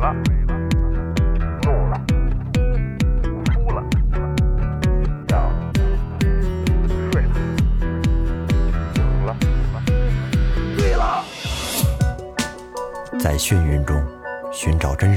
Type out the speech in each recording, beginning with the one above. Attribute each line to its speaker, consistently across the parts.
Speaker 1: 了，怒了，哭了，笑了，睡了，醒了，醉了。
Speaker 2: 在眩晕中寻找真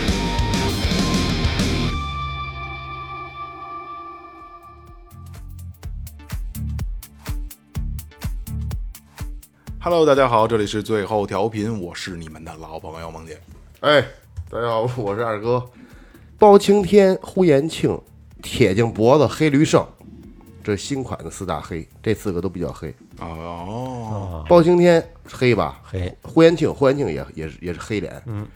Speaker 3: Hello，大家好，这里是最后调频，我是你们的老朋友梦姐。
Speaker 4: 哎，大家好，我是二哥。包青天、呼延庆、铁镜脖子、黑驴剩，这是新款的四大黑，这四个都比较黑。
Speaker 3: 哦，
Speaker 4: 包青天啊黑吧，
Speaker 2: 嘿，
Speaker 4: 呼延庆，呼延庆也也是也是黑脸，嗯，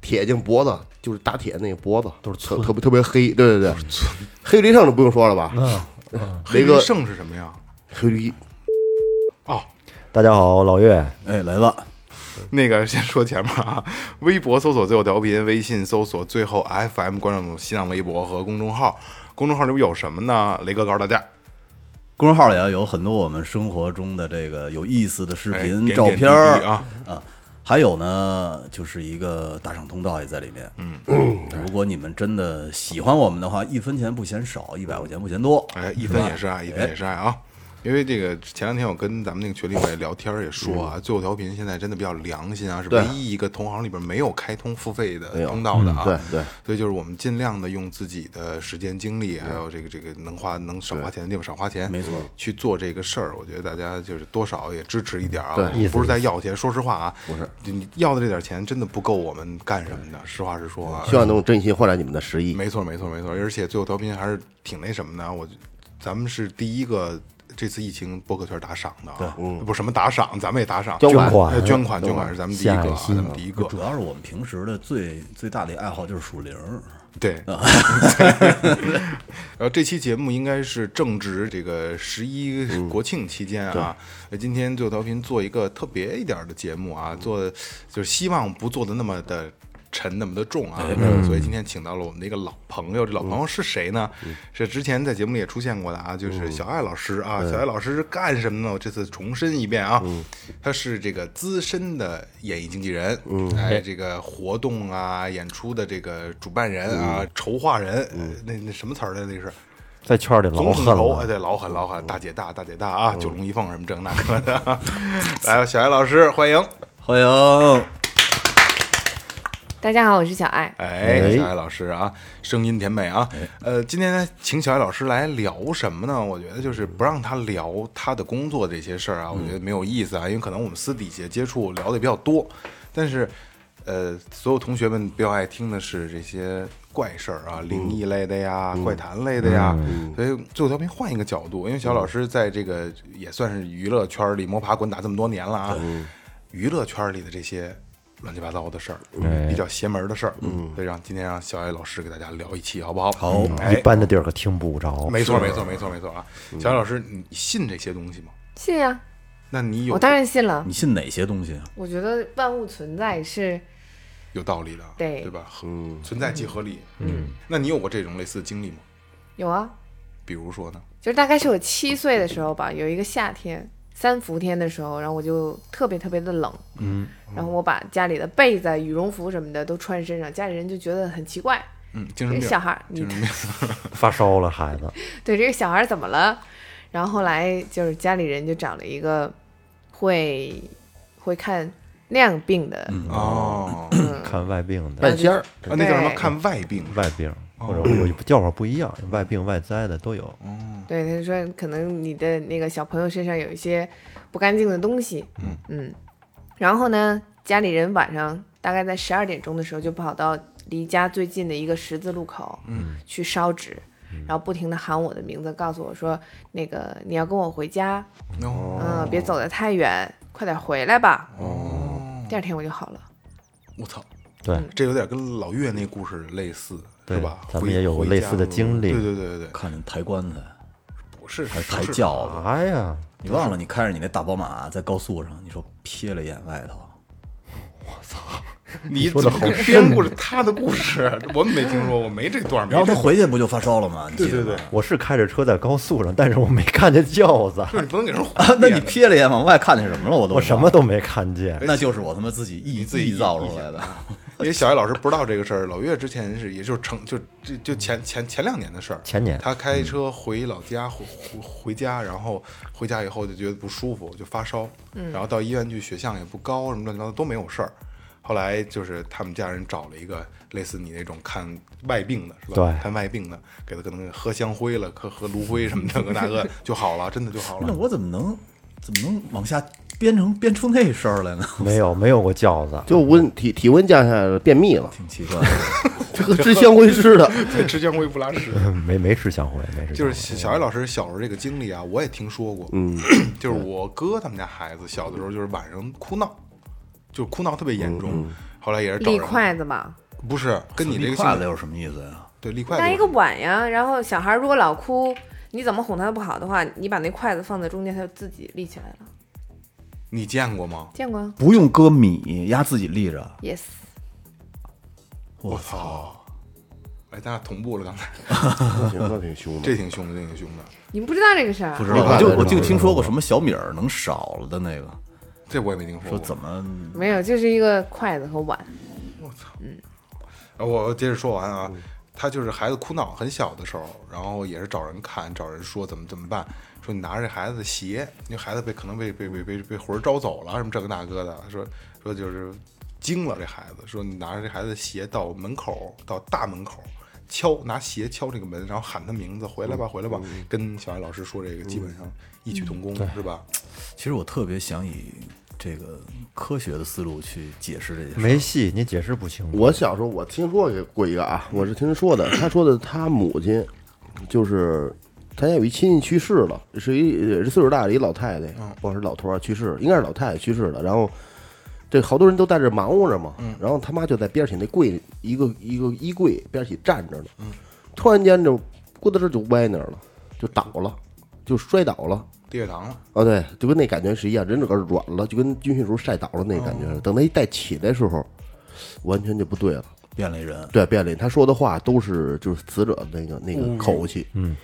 Speaker 4: 铁镜脖子就是打铁那个脖子，都是特特别特别黑，对对对，黑驴剩就不用说了吧，
Speaker 3: 黑
Speaker 4: 雷哥
Speaker 3: 胜是什么样？
Speaker 4: 黑驴
Speaker 3: 哦，
Speaker 5: 大家好，老岳，
Speaker 6: 哎，来了，
Speaker 3: 那个先说前面啊，微博搜索最后调频，微信搜索最后 FM，关注我们新浪微博和公众号。公众号里边有什么呢？雷哥告诉大家，
Speaker 6: 公众号里啊有很多我们生活中的这个有意思的视
Speaker 3: 哎
Speaker 6: 频、
Speaker 3: 点
Speaker 6: 照
Speaker 3: 点滴滴
Speaker 6: 片儿
Speaker 3: 啊，
Speaker 6: 啊，还有呢，就是一个大赏通道也在里面。嗯，如果你们真的喜欢我们的话，一分钱不嫌少，一百块钱不嫌多。
Speaker 3: 哎，一分也是爱，一分也是爱啊。因为这个前两天我跟咱们那个群里边聊天儿也说啊，最后调频现在真的比较良心啊，是唯一一个同行里边没有开通付费的通道的啊。
Speaker 4: 对对，
Speaker 3: 所以就是我们尽量的用自己的时间、精力，还有这个这个能花能少花钱的地方少花钱，
Speaker 6: 没错，
Speaker 3: 去做这个事儿。我觉得大家就是多少也支持一点啊，
Speaker 4: 对
Speaker 3: 我们不是在要钱。说实话啊，不是你要的这点钱真的不够我们干什么的，实话实说啊。
Speaker 4: 希望能真心换来你们的实意。
Speaker 3: 没错，没错，没错。而且最后调频还是挺那什么的，我咱们是第一个这次疫情播客圈打赏的啊，不是什么打赏，咱们也打赏，
Speaker 4: 捐款
Speaker 3: 哎捐款，捐款是咱们第一个
Speaker 2: 下
Speaker 3: 啊，
Speaker 2: 一期
Speaker 3: 咱们第一个，
Speaker 6: 主要是我们平时的最最大的爱好就是数零儿，
Speaker 3: 对。
Speaker 2: 嗯
Speaker 3: 对然后这期节目应该是正值这个十一
Speaker 2: 嗯
Speaker 3: 国庆期间啊，呃今天最后调频做一个特别一点儿的节目啊，
Speaker 2: 嗯
Speaker 3: 做就是希望不做的那么的。沉那么的重
Speaker 2: 哎
Speaker 3: 啊，
Speaker 2: 嗯
Speaker 3: 所以今天请到了我们的一个老朋友，这老朋友是谁呢？
Speaker 2: 嗯
Speaker 3: 是之前在节目里也出现过的啊，
Speaker 5: 嗯
Speaker 3: 就是小艾老师啊。小艾老师是干什么呢？我这次重申一遍啊，
Speaker 5: 嗯
Speaker 3: 他是这个资深的演艺经纪人，
Speaker 5: 嗯
Speaker 3: 哎，这个活动啊、演出的这个主办人啊、筹划人，呃那那什么词儿来着？那是
Speaker 5: 嗯在圈儿里老
Speaker 3: 总
Speaker 5: 狠
Speaker 3: 统筹，哎，
Speaker 5: 了，嗯
Speaker 3: 对，老狠老狠，大姐大大姐大啊，九龙一凤什么这个那个的。啊 来，小艾老师，欢迎。
Speaker 6: 欢迎。
Speaker 7: 大家好，我是小爱。
Speaker 3: 哎，小艾老师啊，声音甜美啊。呃，今天呢，请小艾老师来聊什么呢？我觉得就是不让他聊他的工作这些事儿啊，我觉得没有意思啊，因为可能我们私底下接触聊的比较多，但是。呃，所有同学们比较爱听的是这些怪事儿啊，灵异类的呀，怪谈类的呀，所以最后调频换一个角度，因为小老师在这个也算是娱乐圈里摸爬滚打这么多年了啊，娱乐圈里的这些乱七八糟的事儿，
Speaker 5: 哎
Speaker 3: 比较邪门的事儿，嗯，所以让今天让小艾老师给大家聊一期，好不好？好，
Speaker 5: 一
Speaker 3: 哎，
Speaker 5: 般的地儿可听不着。
Speaker 3: 没错，没错，没错，没错啊！小艾老师，你信这些东西吗？
Speaker 7: 信呀、
Speaker 3: 那你有
Speaker 7: 我哦当然信了
Speaker 6: 你。信哪些东西啊？
Speaker 7: 我觉得万物存在是
Speaker 3: 有道理的，
Speaker 7: 对
Speaker 3: 对吧？嗯，存在即合理，嗯，那你有过这种类似的经历吗？
Speaker 7: 有啊，
Speaker 3: 比如说呢？
Speaker 7: 就是大概是我七岁的时候吧，有一个夏天三伏天的时候，然后我就特别特别的冷，嗯，然后我把家里的被子、羽绒服什么的都穿身上，家里人就觉得很奇怪，
Speaker 3: 嗯，精
Speaker 7: 这
Speaker 3: 神
Speaker 7: 个
Speaker 3: 病，
Speaker 7: 小孩儿你
Speaker 3: 精神病，
Speaker 5: 发烧了，孩子，
Speaker 7: 对这个小孩儿怎么了？然后后来就是家里人就找了一个会会看那样病的，
Speaker 3: 哦，
Speaker 5: 看外病的，
Speaker 4: 半仙儿，
Speaker 3: 啊，那叫哦什么？
Speaker 7: 嗯对
Speaker 3: 看外病，
Speaker 5: 外病或者我叫法不一样，外病外灾的都有。
Speaker 3: 哦
Speaker 7: 对，他就说可能你的那个小朋友身上有一些不干净的东西，
Speaker 3: 嗯
Speaker 7: 然后呢，家里人晚上大概在十二点钟的时候就跑到离家最近的一个十字路口，
Speaker 3: 嗯，
Speaker 7: 去烧纸，然后不停的喊我的名字，告诉我说那个你要跟我回家，
Speaker 3: 哦，
Speaker 7: 嗯，别走得太远，快点回来吧。
Speaker 3: 哦，
Speaker 7: 第二天我就好了。
Speaker 3: 我操，
Speaker 5: 对，
Speaker 3: 这有点跟老岳那故事类似，
Speaker 5: 对
Speaker 3: 是吧？
Speaker 5: 咱们
Speaker 3: 回
Speaker 5: 也有
Speaker 3: 回
Speaker 5: 类
Speaker 3: 家
Speaker 5: 似的
Speaker 3: 路
Speaker 5: 经历
Speaker 3: 对对对对对，
Speaker 6: 看见抬棺材，
Speaker 3: 不是
Speaker 6: 抬抬
Speaker 3: 是啊
Speaker 6: 轿子。
Speaker 5: 哎呀，
Speaker 3: 哎
Speaker 6: 你忘了你开着你那大宝马在高速上，你说瞥了一眼外头，
Speaker 3: 你
Speaker 5: 说的好
Speaker 3: 这编故事他的故事， 我们没听说过，没这段儿。没
Speaker 6: 啊然后他
Speaker 3: 这
Speaker 6: 回去不就发烧了吗？你记
Speaker 3: 对
Speaker 6: 得
Speaker 3: 对
Speaker 6: 吗
Speaker 3: 对，
Speaker 5: 我是开着车在高速上，但是我没看见轿子，
Speaker 3: 就是你不能给人胡
Speaker 6: 啊，那你
Speaker 3: 编
Speaker 6: 瞥了一眼往外看见什么了？我都
Speaker 5: 我什
Speaker 6: 忘
Speaker 5: 么
Speaker 6: 了，
Speaker 5: 都没看
Speaker 3: 哎
Speaker 5: 见。
Speaker 6: 那就是我他妈自己臆
Speaker 3: 自己
Speaker 6: 臆造出来的。
Speaker 3: 因为小叶老师不知道这个事儿，老岳之前是也就是成就就就前前前两年的事儿，
Speaker 5: 前年
Speaker 3: 他
Speaker 6: 嗯
Speaker 3: 开车回老家回回回家，然后回家以后就觉得不舒服，就发烧，然后到医院去血象也不高，什么乱七八糟都没有事儿。后来就是他们家人找了一个类似你那种看外病的，是吧？
Speaker 5: 对
Speaker 3: 看外病的，给他可能喝香灰了，喝喝芦灰什么 的，搁那个就好了，真的就好
Speaker 6: 那
Speaker 3: 了。
Speaker 6: 我怎么能怎么能往下编成编出那事儿来呢？
Speaker 5: 没有没有过轿子，
Speaker 4: 就温体体温降下来了，便秘 了，
Speaker 6: 挺奇怪的，
Speaker 4: 这和吃香灰似的。
Speaker 3: 对，吃香灰不拉屎。
Speaker 5: 没没吃香灰，没吃香灰。
Speaker 3: 就是小小艾老师小时候这个经历啊，我也听说过。嗯，就是我哥他们家孩子小的时候，就是晚上哭闹，就是哭闹特别严
Speaker 6: 嗯
Speaker 3: 重。嗯后来也是找
Speaker 7: 立
Speaker 3: 人，
Speaker 7: 筷子吧，
Speaker 3: 不是跟 你这个性
Speaker 6: 筷
Speaker 3: 格
Speaker 6: 子有什么意思呀？
Speaker 3: 对立筷子
Speaker 7: 拿
Speaker 3: 有
Speaker 7: 一
Speaker 3: 什
Speaker 7: 个
Speaker 3: 么
Speaker 7: 碗呀，然后小孩如果老哭，你怎么哄他不好的话，你把那筷子放在中间，他就自己立起来了。
Speaker 3: 你见过吗？
Speaker 7: 见过
Speaker 6: 不用搁米，鸭自己立着。
Speaker 7: ？Yes，
Speaker 3: 我操！哎，咱俩同步了，刚
Speaker 6: 嗯
Speaker 3: 才
Speaker 4: 那挺凶的
Speaker 3: 这，挺凶的，这挺凶的。
Speaker 7: 你们不知道这个事儿啊？
Speaker 6: 不知道，我
Speaker 4: 筷子
Speaker 6: 就是我就
Speaker 4: 吧
Speaker 6: 听说过什么小米儿能少了的那个，
Speaker 3: 这我也没听说
Speaker 6: 说
Speaker 3: 过。
Speaker 6: 怎么
Speaker 7: 没有，就是一个筷子和碗。
Speaker 3: 啊我接着说完啊，他就是孩子哭闹很小的时候，然后也是找人看，找人说怎么怎么办，说你拿着这孩子的鞋，因为孩子被可能被被被被被魂儿招走了，什么这个那个的，说说就是惊了这孩子，说你拿着这孩子的鞋到门口，到大门口。敲拿鞋敲这个门，然后喊他名字，回来吧，回来吧，跟小艾老师说这个基本上异曲同工，是吧？
Speaker 6: 其实我特别想以这个科学的思路去解释这件事。
Speaker 5: 没戏，你解释不清楚。
Speaker 4: 我小时候我听说过一个啊，我是听说的，他说的他母亲就是他家有一亲戚去世了，是一也是岁数大的一老太太，不知道是老头儿啊去世，应该是老太太去世了，然后。这好多人都在这忙活着嘛，然后他妈就在边儿起那柜一个一个衣柜边儿起站着呢，突然间就咕噔儿就歪那儿了，就倒了，就摔倒了，
Speaker 3: 地月堂了，
Speaker 4: 啊，对，就跟那感觉是一样，人整个软了，就跟军训时候晒倒了那感觉似的。等他一再起来的时候，完全就不对了。
Speaker 6: 变了一人，
Speaker 4: 对，变脸，他说的话都是就是死者那个那个口气，嗯，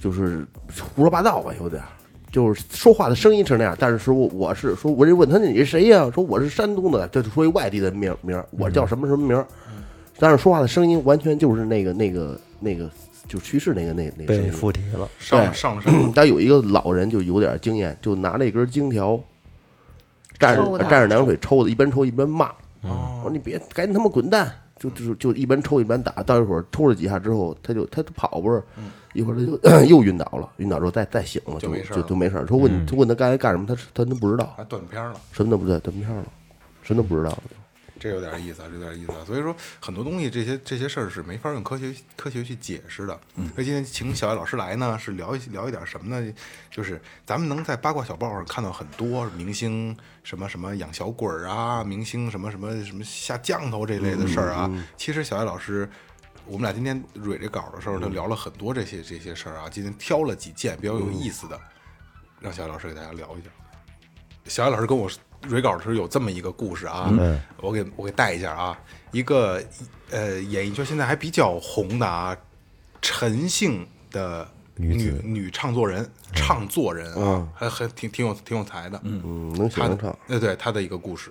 Speaker 4: 就是胡说八道吧，有点儿，就是说话的声音是那样，但是说我是说，我人问他你是谁呀、说我是山东的，这就说一外地的名儿名儿，我叫什么什么名儿，但是说话的声音完全就是那个那个那个就去世那个那那个声
Speaker 5: 被
Speaker 4: 音
Speaker 5: 附体了，
Speaker 3: 上
Speaker 4: 对
Speaker 3: 上身
Speaker 4: 但有一个老人就有点经验，就拿了一根金条，蘸
Speaker 7: 抽
Speaker 4: 着
Speaker 7: 他
Speaker 4: 蘸着凉水抽的，一边抽一边骂：“
Speaker 3: 嗯
Speaker 4: 我说你别，赶紧他妈滚蛋！”就就就一边抽一边打，到一会儿抽了几下之后，他就他就跑不是，一会儿他就 又晕倒了，晕倒之后再再醒了，
Speaker 3: 嗯就
Speaker 4: 就
Speaker 3: 没事
Speaker 4: 就
Speaker 3: 了嗯
Speaker 4: 就没事儿。说问就问他刚才干什么，他是他都不知道，
Speaker 3: 还断片儿了。
Speaker 4: 什么都不知道，断片了，什么都不知道了。
Speaker 3: 这有点意思啊，这有点意思啊。所以说，很多东西这些这些事儿是没法用科学科学去解释的。嗯，所以今天请小艾老师来呢，是聊一聊一点什么呢？就是咱们能在八卦小报上看到很多明星什么什么养小鬼儿啊，明星什么什么什么下降头这类的事儿啊。其实小艾老师。我们俩今天蕊这稿的时候，就聊了很多这些这些事儿啊。今天挑了几件比较有意思的，让小艾老师给大家聊一下。小艾老师跟我蕊稿的时候有这么一个故事啊，
Speaker 4: 嗯
Speaker 3: 我给我给带一下啊，一个呃演艺圈现在还比较红的啊，陈姓的女女唱作人，
Speaker 4: 嗯
Speaker 3: 唱作人啊，还还挺挺有挺有才的，嗯，
Speaker 4: 嗯，能写
Speaker 3: 她
Speaker 4: 能唱，
Speaker 3: 对对她的一个故事，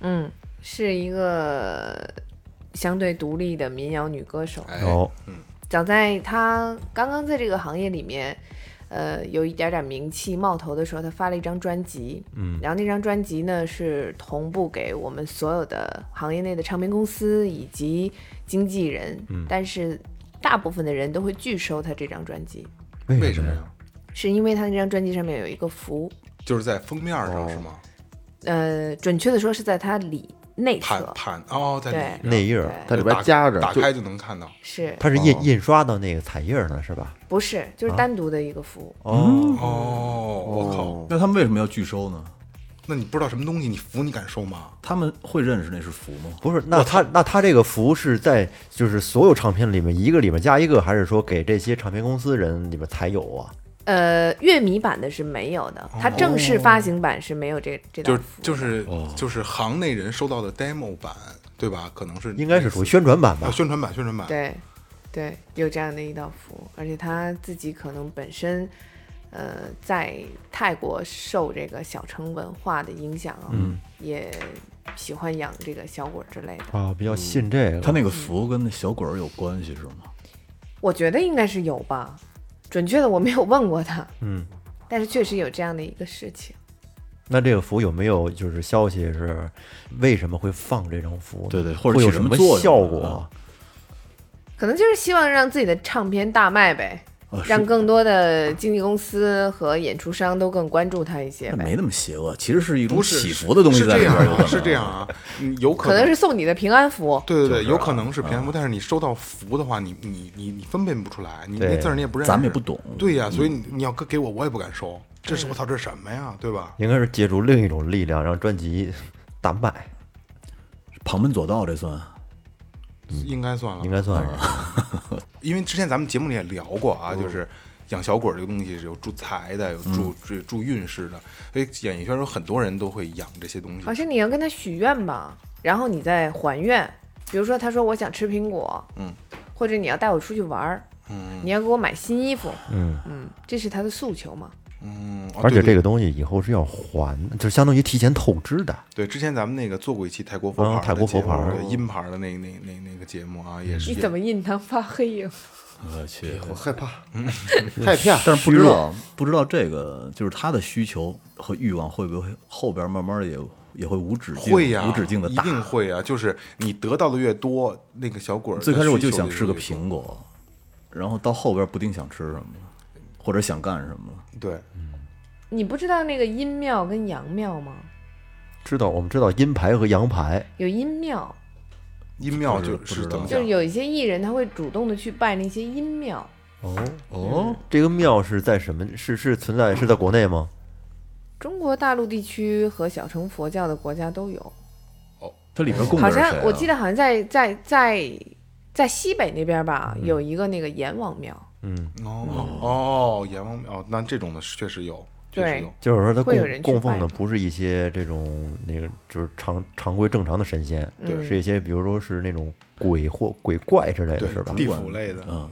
Speaker 7: 嗯，是一个相对独立的民谣女歌手。
Speaker 3: 哎，
Speaker 5: 然
Speaker 4: 哦
Speaker 5: 后
Speaker 7: 早在她刚刚在这个行业里面，呃，有一点点名气冒头的时候，她发了一张专辑。嗯，然后那张专辑呢是同步给我们所有的行业内的唱片公司以及经纪人，嗯、但是大部分的人都会拒收她这张专辑，
Speaker 3: 为什么呀？
Speaker 7: 是因为她那张专辑上面有一个符，
Speaker 3: 就是在封面
Speaker 4: 哦
Speaker 3: 上是吗？
Speaker 7: 呃，准确的说是在她里内
Speaker 3: 盘
Speaker 7: 侧，
Speaker 3: 盘哦，在
Speaker 7: 对
Speaker 3: 里
Speaker 5: 内页儿，
Speaker 4: 它里
Speaker 3: 边
Speaker 4: 边夹着，
Speaker 3: 打
Speaker 4: 就
Speaker 3: 开就能看到，
Speaker 7: 是
Speaker 5: 它是印印刷到那个彩页儿呢，是吧？
Speaker 7: 不是
Speaker 3: 嗯
Speaker 7: 就是单独的一个符？
Speaker 5: 哦，
Speaker 3: 哦，我靠，
Speaker 6: 那他们为什么要拒收呢？
Speaker 3: 那你不知道什么东西，你服你敢收吗？
Speaker 6: 他们会认识那是符吗？
Speaker 5: 不是，那它那它这个服是在就是所有唱片里面一个里面加一个，还是说给这些唱片公司人里面才有啊？
Speaker 7: 呃，乐迷版的是没有的，它正式发行版是没有这这
Speaker 3: 哦就
Speaker 7: 档
Speaker 3: 是
Speaker 7: 服务
Speaker 3: 就。是
Speaker 6: 哦
Speaker 3: 就是行内人收到的 demo 版，对吧？可能是
Speaker 5: 应该是属于宣传版
Speaker 3: 啊
Speaker 5: 吧？
Speaker 3: 宣传版，宣传版。
Speaker 7: 对，对，有这样的一道服务，而且他自己可能本身，呃，在泰国受这个小城文化的影响啊，
Speaker 3: 嗯
Speaker 7: 也喜欢养这个小果之类的。
Speaker 5: 啊，比较信这个。
Speaker 6: 他那个符跟那小鬼儿有关系是吗？
Speaker 7: 我觉得应该是有吧，准确的我没有问过他，
Speaker 5: 嗯，
Speaker 7: 但是确实有这样的一个事情。
Speaker 5: 那这个符有没有就是消息是为什么会放这张符呢？
Speaker 6: 对对或
Speaker 5: 会
Speaker 6: 者起
Speaker 5: 有
Speaker 6: 什
Speaker 5: 什
Speaker 6: 么
Speaker 5: 么
Speaker 6: 作用
Speaker 5: 效
Speaker 6: 啊
Speaker 5: 果？
Speaker 7: 可能就是希望让自己的唱片大卖呗，
Speaker 6: 啊，是
Speaker 7: 让更多的经纪公司和演出商都更关注他一些
Speaker 6: 那
Speaker 7: 呗。
Speaker 6: 没那么邪恶，其实是一种
Speaker 3: 不是
Speaker 6: 起伏的东西
Speaker 3: 是
Speaker 6: 在
Speaker 3: 这
Speaker 6: 里
Speaker 3: 样
Speaker 6: 边儿，
Speaker 3: 啊，
Speaker 6: 有可能
Speaker 3: 是这样啊，嗯有
Speaker 7: 可能是送你的平安符，
Speaker 3: 对对对，有可
Speaker 6: 啊
Speaker 3: 能是偏符，但是你收到符的话，你你你你分辨不出来，你
Speaker 5: 对
Speaker 3: 那字儿你也不认识，
Speaker 6: 咱们也不懂嗯
Speaker 3: 对呀，所以你你要给我，我也不敢收，这是我操，这是什么呀？对吧？
Speaker 5: 应该是借助另一种力量让专辑大卖，
Speaker 6: 旁门左道这算嗯
Speaker 3: 应该算了，
Speaker 5: 应该算是。
Speaker 3: 因为之前咱们节目里也聊过啊，
Speaker 6: 嗯
Speaker 3: 就是养小鬼儿这个东西是有助财的，有助助助运势的，所以演艺圈有很多人都会养这些东西
Speaker 7: 好。像你要跟他许愿吧，然后你再还愿。比如说，他说我想吃苹果，
Speaker 3: 嗯，
Speaker 7: 或者你要带我出去玩儿，
Speaker 3: 嗯，
Speaker 7: 你要给我买新衣服，
Speaker 5: 嗯
Speaker 7: 嗯，这是他的诉求嘛。
Speaker 3: 嗯，哦
Speaker 5: 而且
Speaker 3: 对
Speaker 5: 这个东西以后是要还，就是相当于提前透支的。
Speaker 3: 对，之前咱们那个做过一期泰国佛牌
Speaker 5: 啊
Speaker 3: 儿
Speaker 6: 哦
Speaker 3: 的节目、
Speaker 5: 泰国佛牌儿
Speaker 3: 对阴牌儿的那那那那个节目
Speaker 6: 嗯
Speaker 3: 啊，也是
Speaker 7: 你怎么印堂发黑影？
Speaker 6: 我
Speaker 3: 哎
Speaker 6: 去，
Speaker 4: 我害怕，
Speaker 3: 嗯
Speaker 4: 害怕，
Speaker 6: 但是不知
Speaker 3: 啊
Speaker 6: 道不知道这个就是他的需求和欲望会不会后边慢慢的也也会无止境
Speaker 3: 会呀、
Speaker 6: 无止境的
Speaker 3: 一
Speaker 6: 大。
Speaker 3: 定会啊！就是你得到的越多，那个小鬼儿
Speaker 6: 最开始我就想
Speaker 3: 吃
Speaker 6: 吃个，苹果，然后到后边不定想吃什么，或者想干什么。
Speaker 3: 对，
Speaker 7: 你不知道那个阴庙跟阳庙吗？
Speaker 5: 知道我们知道阴牌和阳牌，
Speaker 7: 有阴庙，
Speaker 3: 阴庙就
Speaker 6: 不知
Speaker 3: 是
Speaker 6: 道
Speaker 3: 怎么
Speaker 7: 就
Speaker 3: 讲
Speaker 7: 是？有一些艺人他会主动的去拜那些阴庙，
Speaker 6: 哦，
Speaker 5: 这个庙是在什么？是是存在是在国内吗？
Speaker 7: 中国大陆地区和小乘佛教的国家都有。
Speaker 6: 它里边供
Speaker 7: 好
Speaker 6: 的是谁、啊
Speaker 7: 像？我记得好像在在在在西北那边吧，有一个那个阎王庙。
Speaker 6: 嗯
Speaker 3: 哦哦，阎王庙哦，那这种的是确实有，确
Speaker 7: 对
Speaker 3: 实有。
Speaker 5: 就是说，它
Speaker 7: 会有人
Speaker 5: 供供
Speaker 7: 去
Speaker 5: 奉
Speaker 7: 拜
Speaker 5: 的
Speaker 7: 吗
Speaker 5: 不是一些这种那个，就是常常规正常的神仙，
Speaker 7: 嗯对
Speaker 5: 是一些比如说是那种鬼或鬼怪之类的，
Speaker 3: 对
Speaker 5: 是吧？
Speaker 3: 地府类的，
Speaker 6: 嗯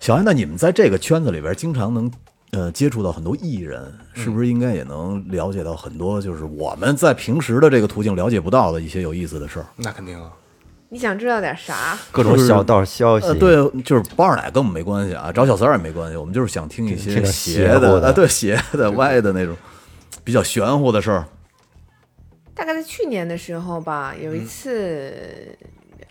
Speaker 6: 小安，那你们在这个圈子里边经常能呃接触到很多艺人，是
Speaker 5: 嗯
Speaker 6: 不是应该也能了解到很多就是我们在平时的这个途径了解不到的一些有意思的事儿？
Speaker 3: 那肯定啊，
Speaker 7: 你想知道点啥？
Speaker 5: 各种小道消息，
Speaker 6: 呃，，对，就是包二奶跟我们没关系啊，找小三儿也没关系，我们就是想听一
Speaker 5: 听
Speaker 6: 些
Speaker 5: 点
Speaker 6: 邪
Speaker 5: 邪乎
Speaker 6: 的，
Speaker 5: 的
Speaker 6: 啊，对，邪的、歪的那种比较玄乎的事儿。
Speaker 7: 大概在去年的时候吧，有一次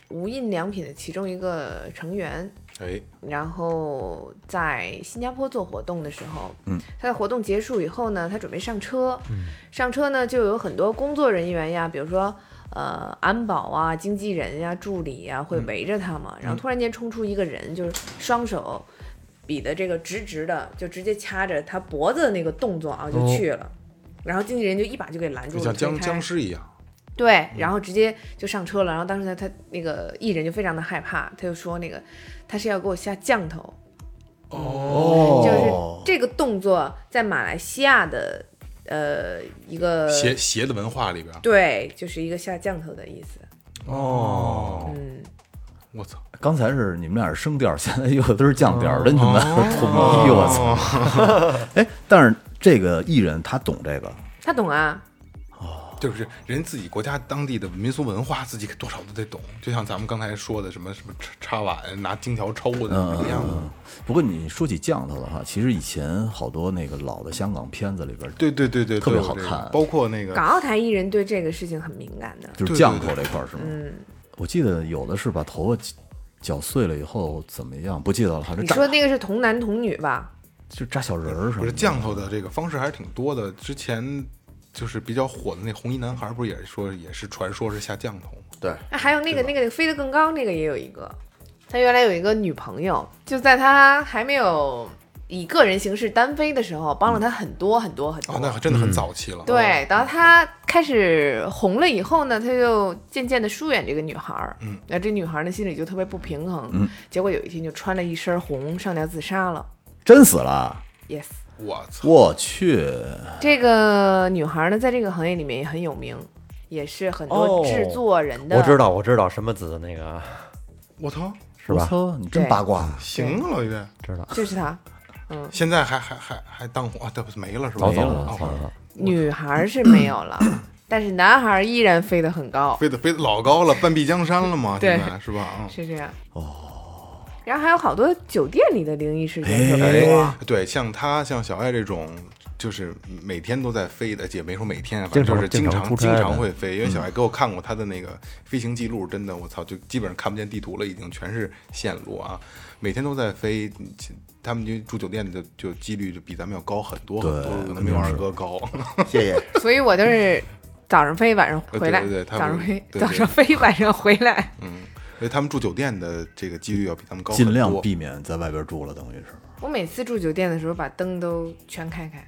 Speaker 7: 无印良品的其中一个成员，
Speaker 3: 哎，
Speaker 7: 然后在新加坡做活动的时候，嗯，他的活动结束以后呢，他准备上车，
Speaker 3: 嗯
Speaker 7: 上车呢就有很多工作人员呀，比如说呃安保啊、经纪人呀、助理呀
Speaker 3: 嗯
Speaker 7: 会围着他嘛，然后突然间冲出一个人，就是双手比的这个直直的，就直接掐着他脖子的那个动作啊就去了，然后经纪人就一把就给拦住
Speaker 3: 哦就
Speaker 7: 了，
Speaker 3: 像
Speaker 7: 推
Speaker 3: 僵
Speaker 7: 开
Speaker 3: 僵尸一样，
Speaker 7: 对，然后直接就上车了。然后当时呢，他那个艺人就非常的害怕，他就说那个他是要给我下降头，
Speaker 6: 哦
Speaker 7: 就是这个动作在马来西亚的呃一个
Speaker 3: 邪邪的文化里边儿。
Speaker 7: 对，就是一个下降头的意思。
Speaker 3: 哦，
Speaker 7: 嗯，
Speaker 3: 我操，
Speaker 6: 刚才是你们俩是升调， 现在又都是降调了，你们 统
Speaker 3: 哦
Speaker 6: 一，我操！ 哎，但是这个艺人他懂这个，
Speaker 7: 他懂啊，
Speaker 3: 就是人自己国家当地的民俗文化，自己多少都得懂。就像咱们刚才说的，什么什么插插碗、拿金条抽的一样
Speaker 6: 嗯
Speaker 3: 的。
Speaker 6: 不过你说起降头的话，其实以前好多那个老的香港片子里边，
Speaker 3: 对对对对，
Speaker 6: 特别
Speaker 3: 都有
Speaker 6: 好
Speaker 3: 这个
Speaker 6: 看
Speaker 3: 包括那个
Speaker 7: 港澳台艺人对这个事情很敏感的。
Speaker 6: 就是
Speaker 3: 对
Speaker 6: 降头
Speaker 3: 对
Speaker 6: 这块儿是吗？
Speaker 7: 嗯
Speaker 6: 我记得有的是把头发绞碎了以后怎么样，不记得了，好像
Speaker 7: 你
Speaker 6: 扎
Speaker 7: 说那个是童男童女吧？
Speaker 6: 就扎小人儿什
Speaker 3: 不
Speaker 6: 么
Speaker 3: 是
Speaker 6: 的。
Speaker 3: 降头的这个方式还是挺多的。之前就是比较火的那红衣男孩，不是也是说也是传说是下降头吗？
Speaker 4: 对，
Speaker 7: 哎，还有那个那个飞得更高那个也有一个，他原来有一个女朋友，就在他还没有以个人形式单飞的时候，帮了他很多很多很多。
Speaker 3: 哦，那真的很哦早期了。
Speaker 7: 对，然后他开始红了以后呢，他就渐渐的疏远这个女孩儿。嗯，那这女孩儿呢心里就特别不平衡。嗯，结果有一天就穿了一身红上吊自杀了。
Speaker 6: 真死了，
Speaker 7: Yes，
Speaker 3: 我操，
Speaker 6: 我去，
Speaker 7: 这个女孩呢，在这个行业里面也很有名，也是很多制作人的。
Speaker 5: 我知道，我知道什么子那个
Speaker 3: 我操，
Speaker 5: 是
Speaker 6: 我
Speaker 5: 吧？
Speaker 6: 操，你真
Speaker 7: 对
Speaker 6: 八卦，
Speaker 3: 行啊，老岳，
Speaker 5: 知道，
Speaker 7: 就是她。
Speaker 3: 现在还还还还当火，啊对，没了是吧？
Speaker 5: 早走
Speaker 3: 哦
Speaker 5: 了，早走了。
Speaker 7: 女孩是没有了，但是男孩依然飞得很高，
Speaker 3: 飞得飞得老高了，半壁江山了嘛，
Speaker 7: 对
Speaker 3: 现在是吧？啊，
Speaker 7: 是这样。哦。然后还有好多酒店里的灵异事件特别多，
Speaker 3: 哎，对，像他像小爱这种，就是每天都在飞的，也没说每天啊，反
Speaker 5: 经
Speaker 3: 正
Speaker 5: 常
Speaker 3: 就是经
Speaker 5: 经常
Speaker 3: 常
Speaker 5: 出差
Speaker 3: 经
Speaker 5: 的嗯
Speaker 3: 常会飞。因为小爱给我看过他的那个飞行记录，真的我操，就基本上看不见地图了，已经全是线路啊，每天都在飞。其他们就住酒店的就几率就比咱们要高很多很多，可能没有二哥高。
Speaker 4: 谢谢。
Speaker 7: 所以我都是早上飞，晚上回来
Speaker 3: 对对对，他
Speaker 7: 早
Speaker 3: 们
Speaker 7: 上飞，
Speaker 3: 对对
Speaker 7: 早上飞，晚上回来。
Speaker 3: 所以他们住酒店的这个几率要比咱们高很多。
Speaker 6: 尽量避免在外边住了，等于是。
Speaker 7: 我每次住酒店的时候，把灯都全开开。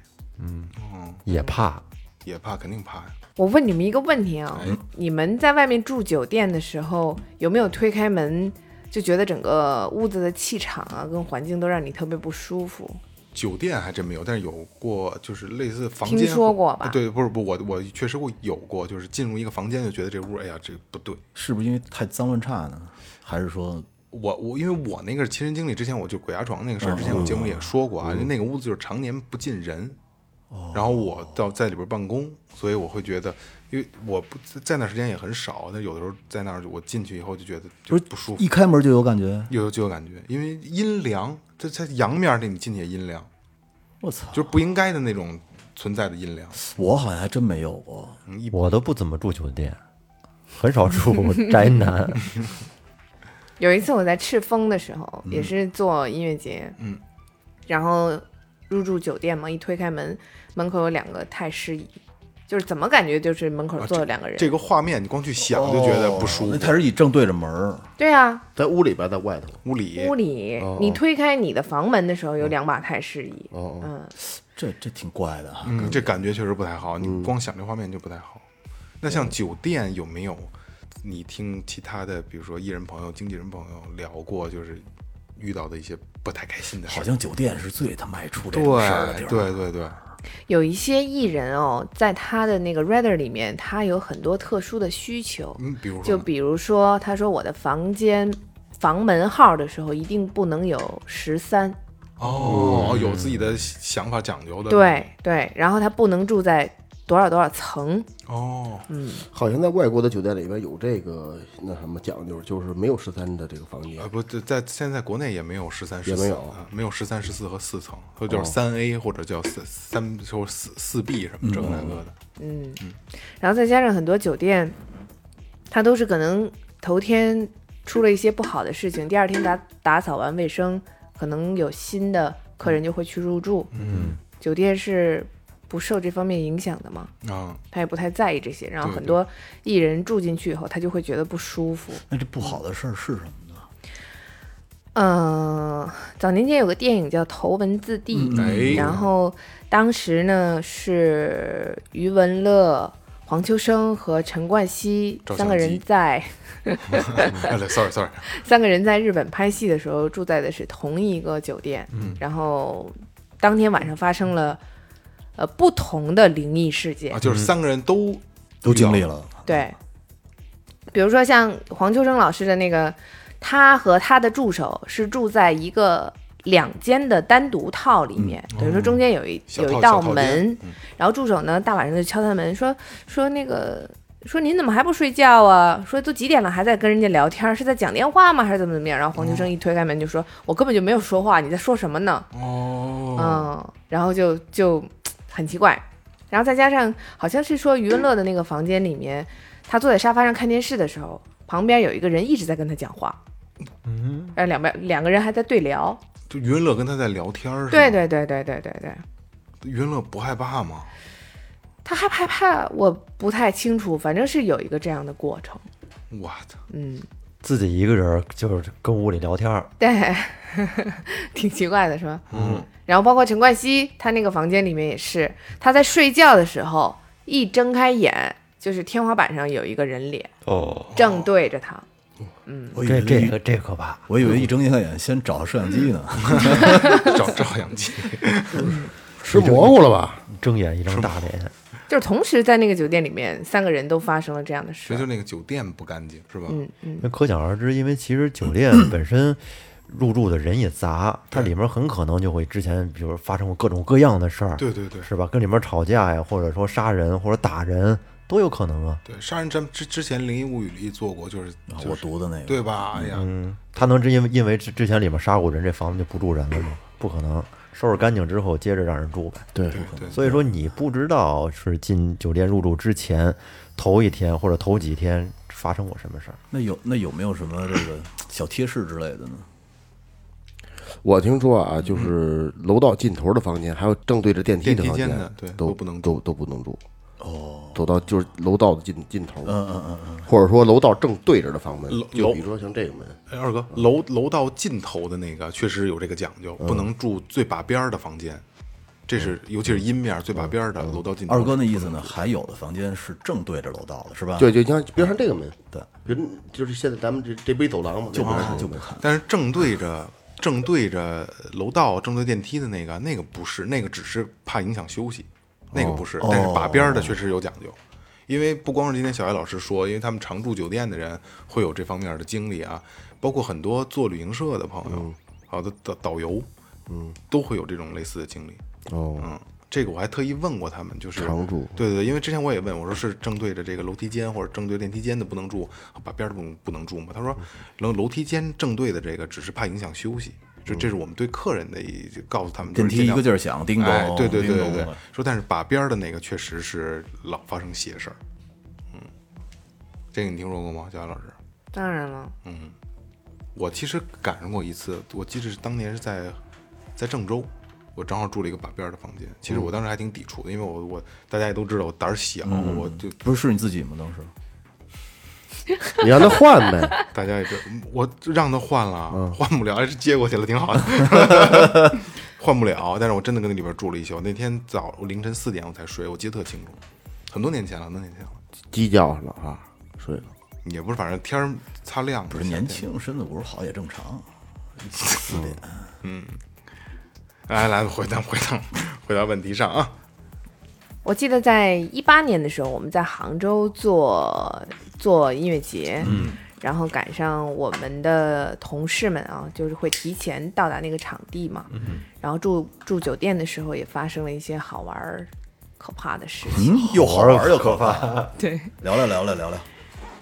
Speaker 5: 也怕，
Speaker 3: 也怕，肯定怕呀。
Speaker 7: 我问你们一个问题啊、
Speaker 3: 哎
Speaker 7: 你们在外面住酒店的时候，有没有推开门就觉得整个屋子的气场啊，跟环境都让你特别不舒服？
Speaker 3: 酒店还真没有，但是有过，就是类似房间。
Speaker 7: 听说过吧
Speaker 3: 对，不是不，我我确实会有过，就是进入一个房间就觉得这屋，哎呀，这不对。
Speaker 6: 是不是因为太脏乱差呢？还是说
Speaker 3: 我我因为我那个是亲身经历，之前我就鬼压床那个事儿，之前我节目里也说过啊，就那个屋子就是常年不进人，然后我到在里边办公，所以我会觉得，因为我不在那时间也很少，但有的时候在那儿我进去以后就觉得就不舒服
Speaker 6: 一，开门就有感觉？
Speaker 3: 有就有感觉，因为阴凉，它它阳面儿那你进去也阴凉，
Speaker 6: 我操！
Speaker 3: 就是不应该的那种存在的阴凉。
Speaker 6: 我好像还真没有过。
Speaker 5: 我都不怎么住酒店，很少住宅男。
Speaker 7: 有一次我在赤峰的时候，也是做音乐节，
Speaker 3: 嗯，
Speaker 7: 然后入住酒店嘛，一推开门，门口有两个太师椅，就是怎么感觉就是门口坐了两个人。
Speaker 3: 啊这个画面你光去想就觉得不舒
Speaker 6: 哦那
Speaker 3: 服。
Speaker 6: 太师椅正对着门儿，
Speaker 7: 对啊，
Speaker 4: 在屋里边，在外头。
Speaker 3: 屋里
Speaker 7: 屋里、
Speaker 3: 哦
Speaker 7: 你推开你的房门的时候，
Speaker 3: 嗯
Speaker 7: 有两把太师椅，嗯，
Speaker 6: 这这挺怪的啊。
Speaker 3: 嗯，这感觉确实不太好。你光想这画面就不太好。那像酒店有没有？你听其他的，比如说艺人朋友、经纪人朋友聊过，就是遇到的一些不太开心的事
Speaker 6: 好
Speaker 3: 儿。
Speaker 6: 像酒店是最他妈爱出这种事儿的地
Speaker 3: 对
Speaker 6: 儿。
Speaker 3: 对对对，
Speaker 7: 有一些艺人哦，在他的那个 Rather 里面，他有很多特殊的需求，
Speaker 3: 嗯，比如
Speaker 7: 就
Speaker 3: 说呢，
Speaker 7: 比如说，他说我的房间房门号的时候一定不能有十三，
Speaker 3: 哦，有自己的想法讲究的，，
Speaker 7: 对对，然后他不能住在多少多少层，
Speaker 3: 哦，
Speaker 4: 好像在外国的酒店里边有这个那什么讲究，就是没有十三的这个房间
Speaker 3: 呃，，不，这在现在国内也没有十三、十
Speaker 4: 也
Speaker 3: 四，
Speaker 4: 没有哦
Speaker 3: 啊没有十三、十四和四层，都叫三 A 或者叫三三，就四四 B 什么这个那个的。
Speaker 7: 然后再加上很多酒店，它都是可能头天出了一些不好的事情，第二天打打扫完卫生，可能有新的客人就会去入住，嗯，酒店是不受这方面影响的嘛，
Speaker 3: 啊，
Speaker 7: 他也不太在意这些，然后
Speaker 3: 对
Speaker 7: 很
Speaker 3: 对
Speaker 7: 多艺人住进去以后，他就会觉得不舒服。
Speaker 6: 那这不好的事儿是什么呢？
Speaker 7: 嗯，早年间有个电影叫《头文字 D
Speaker 3: 嗯》，哎
Speaker 7: 然后当时呢是余文乐、黄秋生和陈冠希
Speaker 3: 照
Speaker 7: 三个
Speaker 3: 相
Speaker 7: 人
Speaker 3: 机
Speaker 7: 在
Speaker 3: 哎对，sorry sorry，
Speaker 7: 三个人在日本拍戏的时候住在的是同一个酒店，
Speaker 3: 嗯
Speaker 7: 然后当天晚上发生了呃不同的灵异事件
Speaker 3: 啊，，就是三个人都
Speaker 6: 都经历了，
Speaker 7: 对，比如说像黄秋生老师的那个，他和他的助手是住在一个两间的单独套里面，等于说中间有一、
Speaker 3: 嗯小
Speaker 7: 有
Speaker 3: 套
Speaker 7: 一道
Speaker 3: 小套间嗯
Speaker 7: 门，然后助手呢大晚上就敲他门说说那个。说您怎么还不睡觉啊？说都几点了还在跟人家聊天，是在讲电话吗？还是怎么怎么样？然后黄秋生一推开门就说：“我根本就没有说话，你在说什么呢？”
Speaker 3: 哦，
Speaker 7: 嗯，然后就就很奇怪，然后再加上好像是说余文乐的那个房间里面，他坐在沙发上看电视的时候，旁边有一个人一直在跟他讲话，嗯，然后两边两个人还在对聊，
Speaker 3: 就余文乐跟他在聊天儿，
Speaker 7: 对，对对对对对对，
Speaker 3: 余文乐不害怕吗？
Speaker 7: 他害不害怕我不太清楚，反正是有一个这样的过程，
Speaker 3: 我 操，
Speaker 7: 嗯，
Speaker 5: 自己一个人儿就是跟屋里聊天儿，
Speaker 7: 对， 挺奇怪的是吧？嗯，然后包括陈冠希，他那个房间里面也是，他在睡觉的时候一睁开眼，就是天花板上有一个人脸。
Speaker 5: 哦，
Speaker 7: 正对着他，
Speaker 6: 我以
Speaker 5: 这
Speaker 6: 为
Speaker 5: 这
Speaker 6: 一
Speaker 5: 个这可怕。
Speaker 6: 我以为一睁下眼先找摄像机呢，
Speaker 3: 照照相机，
Speaker 8: 吃蘑菇了吧？
Speaker 5: 睁眼一张大脸，
Speaker 7: 就是同时在那个酒店里面，三个人都发生了这样的事
Speaker 3: 所以。就那个酒店不干净是吧？
Speaker 7: 嗯嗯，
Speaker 5: 那可想而知，因为其实酒 店本身入住的人也杂，它里面很可能就会之前，比如发生过各种各样的事儿，
Speaker 3: 对对对
Speaker 5: 是吧？跟里面吵架呀，或者说杀人或者打人都有可能啊。
Speaker 3: 对，杀人咱们之之前《灵异物语》里做过，就是
Speaker 6: 啊
Speaker 3: 就
Speaker 6: 我
Speaker 3: 是
Speaker 6: 读的那个。
Speaker 3: 对吧？哎呀，
Speaker 5: 嗯，他能真因为因为之之前里面杀过人，这房子就不住人了吗？不可能，收拾干净之后接着让人住呗。
Speaker 4: 对，
Speaker 3: 对对，
Speaker 5: 所以说你不知道是进酒店入住之前头一天或者头几天发生过什么事儿。
Speaker 6: 那有那有没有什么这个小贴士之类的呢？
Speaker 4: 我听说啊，就是楼道尽头的房间，还有正对着电梯的
Speaker 3: 电梯
Speaker 4: 房
Speaker 3: 间
Speaker 4: 间
Speaker 3: 的，对
Speaker 4: 都
Speaker 3: 都不能
Speaker 4: 都都不能住。哦，走到就是楼道的尽尽头，
Speaker 6: 嗯嗯嗯嗯，
Speaker 4: 或者说楼道正对着的房门
Speaker 3: 楼，
Speaker 4: 就比如说像这个门，
Speaker 3: 哎，二哥，楼楼道尽头的那个确实有这个讲究，
Speaker 6: 嗯
Speaker 3: 不能住最把边儿的房间，这是尤其是阴面儿最把边儿的楼道尽头。
Speaker 6: 嗯二哥那意思呢？还有的房间是正对着楼道的，是吧？
Speaker 4: 对，就像比如像这个门，
Speaker 6: 啊对，
Speaker 4: 比如就是现在咱们这这不一走廊嘛，就
Speaker 6: 就不啊看就不看。
Speaker 3: 但是正对着正对着楼道、正对电梯的那个，那个不是，那个只是怕影响休息，那个不是。但是把边儿的确实有讲究，因为不光是今天小艾老师说，因为他们常住酒店的人会有这方面的经历啊，包括很多做旅行社的朋友，好的导导游，嗯，都会有这种类似的经历。
Speaker 4: 哦，
Speaker 3: 嗯，这个我还特意问过他们，就是
Speaker 4: 常住
Speaker 3: 对对，对因为之前我也问，我说是正对着这个楼梯间或者正对电梯间的不能住，啊把边儿的不不能住吗？他说，楼楼梯间正对的这个只是怕影响休息，这这是我们对客人的一告诉他们，就
Speaker 6: 电
Speaker 3: 是
Speaker 6: 梯
Speaker 3: 尽
Speaker 6: 一
Speaker 3: 量
Speaker 6: 个劲儿响，叮
Speaker 3: 哎，
Speaker 6: 咚，
Speaker 3: 对对对
Speaker 6: 叮
Speaker 3: 对
Speaker 6: 咚
Speaker 3: 对，说但是把边儿的那个确实是老发生邪事儿，嗯，这个你听说过吗，小安老师？
Speaker 7: 当然了，
Speaker 3: 我其实赶上过一次，我记得是当年是在在郑州，我正好住了一个把边儿的房间。其实
Speaker 6: 嗯
Speaker 3: 我当时还挺抵触的，因为我我大家也都知道我胆儿小，
Speaker 6: 嗯
Speaker 3: 我就
Speaker 6: 不是是你自己吗？当时
Speaker 4: 你让他换呗，
Speaker 3: 大家也知道，我让他换了，
Speaker 6: 嗯
Speaker 3: 换不了，还是接过去了，挺好的， 换不了。但是我真的跟那里边住了一宿，那天早凌晨四点我才睡，我记得特清楚，很多年前了，很多年前了，
Speaker 4: 鸡叫了啊，睡了，
Speaker 3: 也不是，反正天儿擦亮了，
Speaker 6: 不是年轻，身子骨好也正常。四点，
Speaker 3: 哎来来，回答回答回答问题上啊，
Speaker 7: 我记得在一八年的时候，我们在杭州做做音乐节，嗯，然后赶上我们的同事们啊，就是会提前到达那个场地嘛，嗯，然后住住酒店的时候也发生了一些好玩儿、可怕的事情，
Speaker 6: 嗯，又好玩又可怕。
Speaker 7: 对，
Speaker 6: 聊聊聊聊聊聊，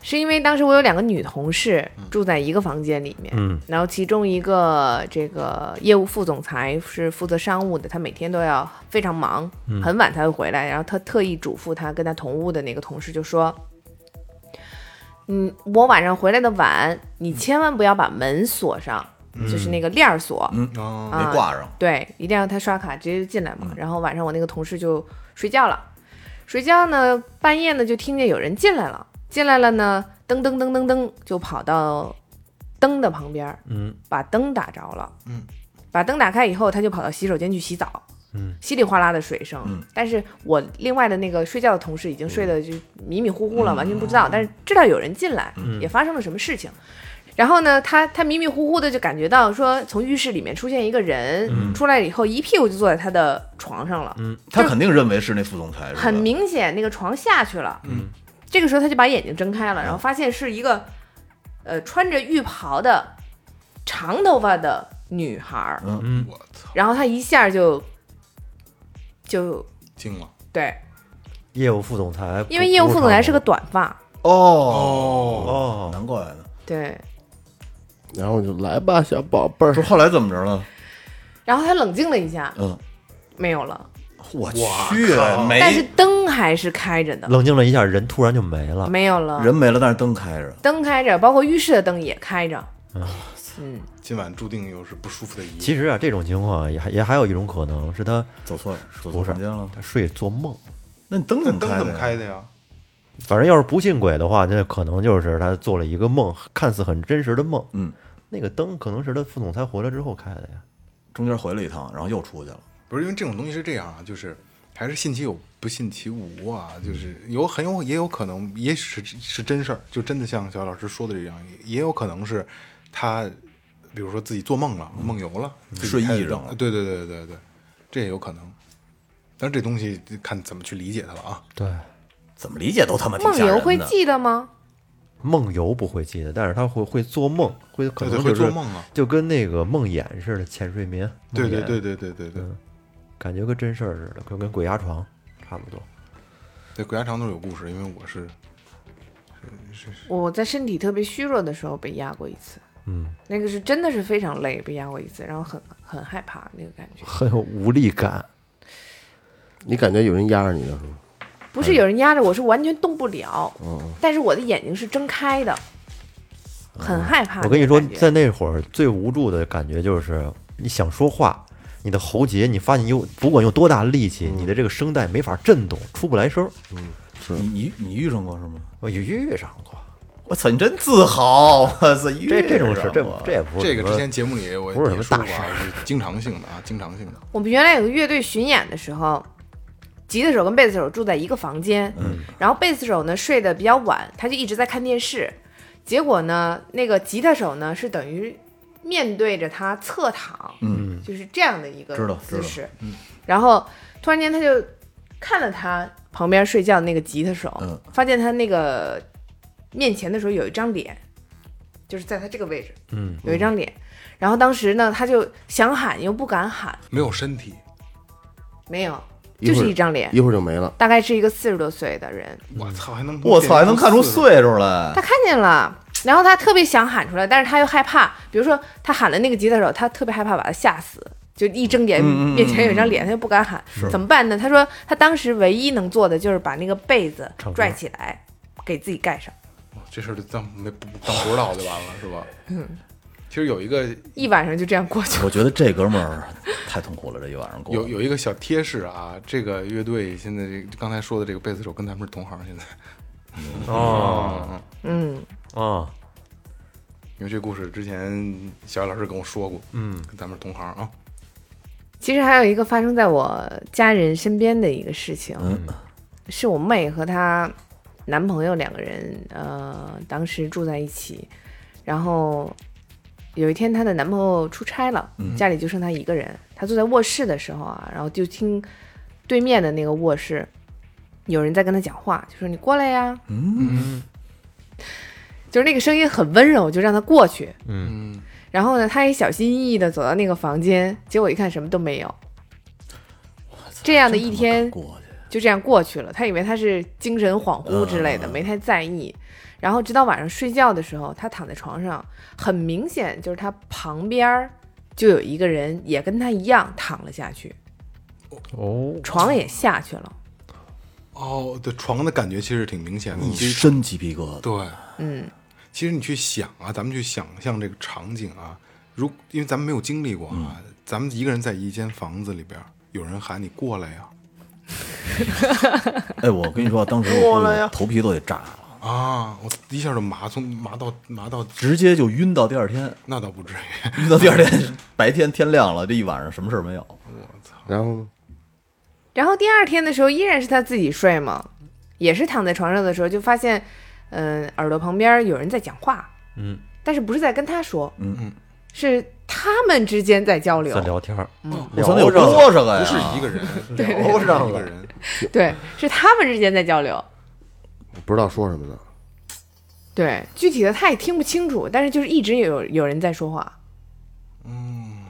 Speaker 7: 是因为当时我有两个女同事住在一个房间里面，
Speaker 5: 嗯
Speaker 7: 然后其中一个这个业务副总裁是负责商务的，他每天都要非常忙，很晚才会回来，然后他特意嘱咐他跟他同屋的那个同事就说。嗯，我晚上回来的晚，你千万不要把门锁上，就是那个链儿锁。
Speaker 6: 嗯
Speaker 3: 哦，
Speaker 6: 没挂上。
Speaker 7: 对，一定要他刷卡直接就进来嘛。然后晚上我那个同事就睡觉了，睡觉呢，半夜呢就听见有人进来了，进来了呢，噔噔噔噔噔就跑到灯的旁边儿，
Speaker 5: 嗯，
Speaker 7: 把灯打着了，
Speaker 3: 嗯，
Speaker 7: 把灯打开以后，他就跑到洗手间去洗澡。
Speaker 5: 嗯，
Speaker 7: 稀里哗啦的水声，
Speaker 6: 嗯
Speaker 7: 但是我另外的那个睡觉的同事已经睡得就迷迷糊糊了，完全不知道，但是知道有人进来，也发生了什么事情。然后呢，他他迷迷糊糊的就感觉到说，从浴室里面出现一个人，出来以后一屁股就坐在他的床上了，
Speaker 6: 他肯定认为是那副总裁，是吧
Speaker 7: 很明显那个床下去了。嗯，这个时候他就把眼睛睁开了，然后发现是一个呃穿着浴袍的长头发的女孩儿，
Speaker 3: 我操，
Speaker 7: 然后他一下就就
Speaker 3: 惊了，
Speaker 7: 对，
Speaker 5: 业务副总裁，
Speaker 7: 嗯因为业务副总裁是个短发，
Speaker 6: 哦
Speaker 5: 哦，
Speaker 6: 难怪呢。
Speaker 7: 对，
Speaker 4: 然后我就来吧，小宝贝儿
Speaker 6: 不，是后来怎么着了？
Speaker 7: 然后他冷静了一下，
Speaker 6: 嗯，
Speaker 7: 没有了，
Speaker 6: 我去，没
Speaker 7: 但是灯还是开着的，
Speaker 5: 冷静了一下，人突然就没了。
Speaker 7: 没有了，
Speaker 6: 人没了，但是灯开着。
Speaker 7: 灯开着，包括浴室的灯也开着。嗯，
Speaker 3: 今晚注定又是不舒服的一夜。
Speaker 5: 其实啊，这种情况也还也还有一种可能是他
Speaker 6: 走错了，走
Speaker 5: 不
Speaker 6: 错
Speaker 5: 是
Speaker 6: 房间了。
Speaker 5: 他睡做梦，
Speaker 6: 那你灯
Speaker 3: 那
Speaker 6: 怎么
Speaker 3: 灯怎么
Speaker 6: 开
Speaker 3: 开
Speaker 6: 的呀？
Speaker 3: 的呀？
Speaker 5: 反正要是不信鬼的话，那可能就是他做了一个梦，看似很真实的梦。
Speaker 6: 嗯，
Speaker 5: 那个灯可能是他副总裁回来之后开的呀。
Speaker 6: 中间回了一趟，然后又出去了。
Speaker 3: 不是因为这种东西是这样啊，就是还是信其有不信其无啊，就是有很有也有可能，也许是是真事儿，就真的像小老师说的这样，也也有可能是他，比如说自己做梦了，梦游了，自己
Speaker 6: 睡意
Speaker 3: 开始
Speaker 6: 上了
Speaker 3: 对对对对对对，这也有可能。但是这东西看怎么去理解它了啊。
Speaker 5: 对，
Speaker 6: 怎么理解都他妈挺
Speaker 7: 梦
Speaker 6: 吓人
Speaker 7: 游
Speaker 6: 的。
Speaker 7: 会记得吗？
Speaker 5: 梦游不会记得，但是他会会做梦，会可
Speaker 3: 对
Speaker 5: 能
Speaker 3: 会
Speaker 5: 就是
Speaker 3: 做梦啊
Speaker 5: 就跟那个梦魇似的，浅睡眠。
Speaker 3: 对
Speaker 5: 梦
Speaker 3: 对
Speaker 5: 魇
Speaker 3: 对，对对对对，
Speaker 5: 感觉跟真事儿似的，跟跟鬼压床差不多。
Speaker 3: 对鬼压床都是有故事，因为我是
Speaker 7: 我在身体特别虚弱的时候被压过一次，嗯，那个是真的是非常累，被压过一次，然后很很害怕那个感觉，
Speaker 5: 很有无力感，
Speaker 4: 你感觉有人压着你的时候，
Speaker 7: 不是有人压着我，是完全动不了，但是我的眼睛是睁开的，很害怕那
Speaker 5: 我
Speaker 7: 啊个
Speaker 5: 跟
Speaker 7: 感
Speaker 5: 你
Speaker 7: 觉。
Speaker 5: 说，在那会儿最无助的感觉就是，你想说话，你的喉结，你发现你有不管用多大力气，你的这个声带没法震动，出不来声儿。
Speaker 6: 你你你遇上过是吗？
Speaker 5: 我也遇上过
Speaker 6: 我操，你真自豪！啊我操，遇
Speaker 5: 这这种事
Speaker 6: 上，
Speaker 5: 这
Speaker 6: 过
Speaker 5: 这也不是
Speaker 3: 这个
Speaker 5: 什么
Speaker 3: 之前节目里我
Speaker 5: 不是什
Speaker 3: 也
Speaker 5: 么
Speaker 3: 说
Speaker 5: 大
Speaker 3: 过啊，是经常性的啊，经常性的。
Speaker 7: 我们原来有个乐队巡演的时候，吉他手跟贝斯手住在一个房间，
Speaker 6: 嗯
Speaker 7: 然后贝斯手呢睡得比较晚，他就一直在看电视。结果呢，那个吉他手呢是等于面对着他侧躺，嗯，就是这样的一个
Speaker 6: 知道知
Speaker 7: 姿
Speaker 6: 道嗯
Speaker 7: 势。然后突然间他就看了他旁边睡觉那个吉他手，
Speaker 6: 嗯
Speaker 7: 发现他那个面前的时候有一张脸，就是在他这个位置，嗯，有一张脸。然后当时呢，他就想喊又不敢喊，
Speaker 3: 没有身体，
Speaker 7: 没有，
Speaker 4: 一
Speaker 7: 就
Speaker 4: 会
Speaker 7: 是
Speaker 4: 儿
Speaker 7: 一张脸
Speaker 4: 一，会儿就没了。
Speaker 7: 大概是一个四十多岁的人，
Speaker 3: 我操，还能
Speaker 6: 我操，还能看出
Speaker 3: 岁。
Speaker 6: 岁数来
Speaker 7: 他。看见了，然后他特别想喊出来，但是他又害怕，比如说他喊了那个吉他手，他特别害怕把他吓死。就一睁
Speaker 4: 嗯
Speaker 7: 眼，面前有一张脸，他就不敢喊，怎么办呢？他说，他当时唯一能做的就是把那个被子
Speaker 5: 敞开
Speaker 7: 拽起来，给自己盖上。
Speaker 3: 这事儿就当没不当不知道就完了，是吧？嗯。其实有一个
Speaker 7: 一晚上就这样过去了。
Speaker 6: 我觉得这哥们儿太痛苦了，这一晚上过。
Speaker 3: 有有一个小贴士啊，这个乐队现在这刚才说的这个贝斯手跟咱们是同行，现在
Speaker 5: 哦
Speaker 7: 嗯，
Speaker 5: 哦，
Speaker 3: 因为这故事之前小艾老师跟我说过，嗯，跟咱们是同行啊。
Speaker 7: 其实还有一个发生在我家人身边的一个事情，
Speaker 6: 嗯
Speaker 7: 是我妹和她男朋友两个人，呃，当时住在一起，然后有一天她的男朋友出差了，家里就剩她一个人，她坐在卧室的时候啊，然后就听对面的那个卧室有人在跟她讲话，就说你过来呀，嗯，就是那个声音很温柔，就让她过去，
Speaker 3: 嗯，
Speaker 7: 然后呢，她也小心翼翼的走到那个房间，结果一看什么都没有。这样的一天，
Speaker 6: 过去，
Speaker 7: 就这样过去了。他以为他是精神恍惚之类的，没太在意。然后直到晚上睡觉的时候，他躺在床上，很明显就是他旁边儿就有一个人也跟他一样躺了下去，
Speaker 5: 哦，
Speaker 7: 床也下去了。
Speaker 3: 哦，对，床的感觉其实挺明显的。
Speaker 5: 嗯
Speaker 6: 一
Speaker 3: 其实
Speaker 6: 身鸡皮疙瘩。
Speaker 3: 对，
Speaker 7: 嗯，
Speaker 3: 其实你去想啊，咱们去想象这个场景啊，如因为咱们没有经历过啊，咱们一个人在一间房子里边，有人喊你过来啊呀、
Speaker 6: 哎，我跟你说，当时 我头皮都得炸了，
Speaker 3: 啊，我一下就麻从麻到麻到，
Speaker 6: 直接就晕到第二天，
Speaker 3: 那倒不至于。
Speaker 6: 晕到第二天 白天天亮了，这一晚上什么事儿没有。
Speaker 4: 然后呢？
Speaker 7: 然后第二天的时候依然是他自己睡嘛，也是躺在床上的时候就发现，嗯、耳朵旁边有人在讲话，
Speaker 5: 嗯，
Speaker 7: 但是不是在跟他说，
Speaker 6: 嗯
Speaker 3: 嗯，
Speaker 7: 是他们之间在交流
Speaker 5: 在，聊天儿，
Speaker 3: 嗯
Speaker 6: 我操，那有
Speaker 5: 聊上
Speaker 6: 多少个呀？
Speaker 3: 不是一个 人，
Speaker 5: 聊上
Speaker 3: 一个
Speaker 5: 了，
Speaker 3: 人，
Speaker 7: 对，是他们之间在交流。
Speaker 4: 我不知道说什么呢。
Speaker 7: 对，具体的他也听不清楚，但是就是一直有有人在说话。嗯，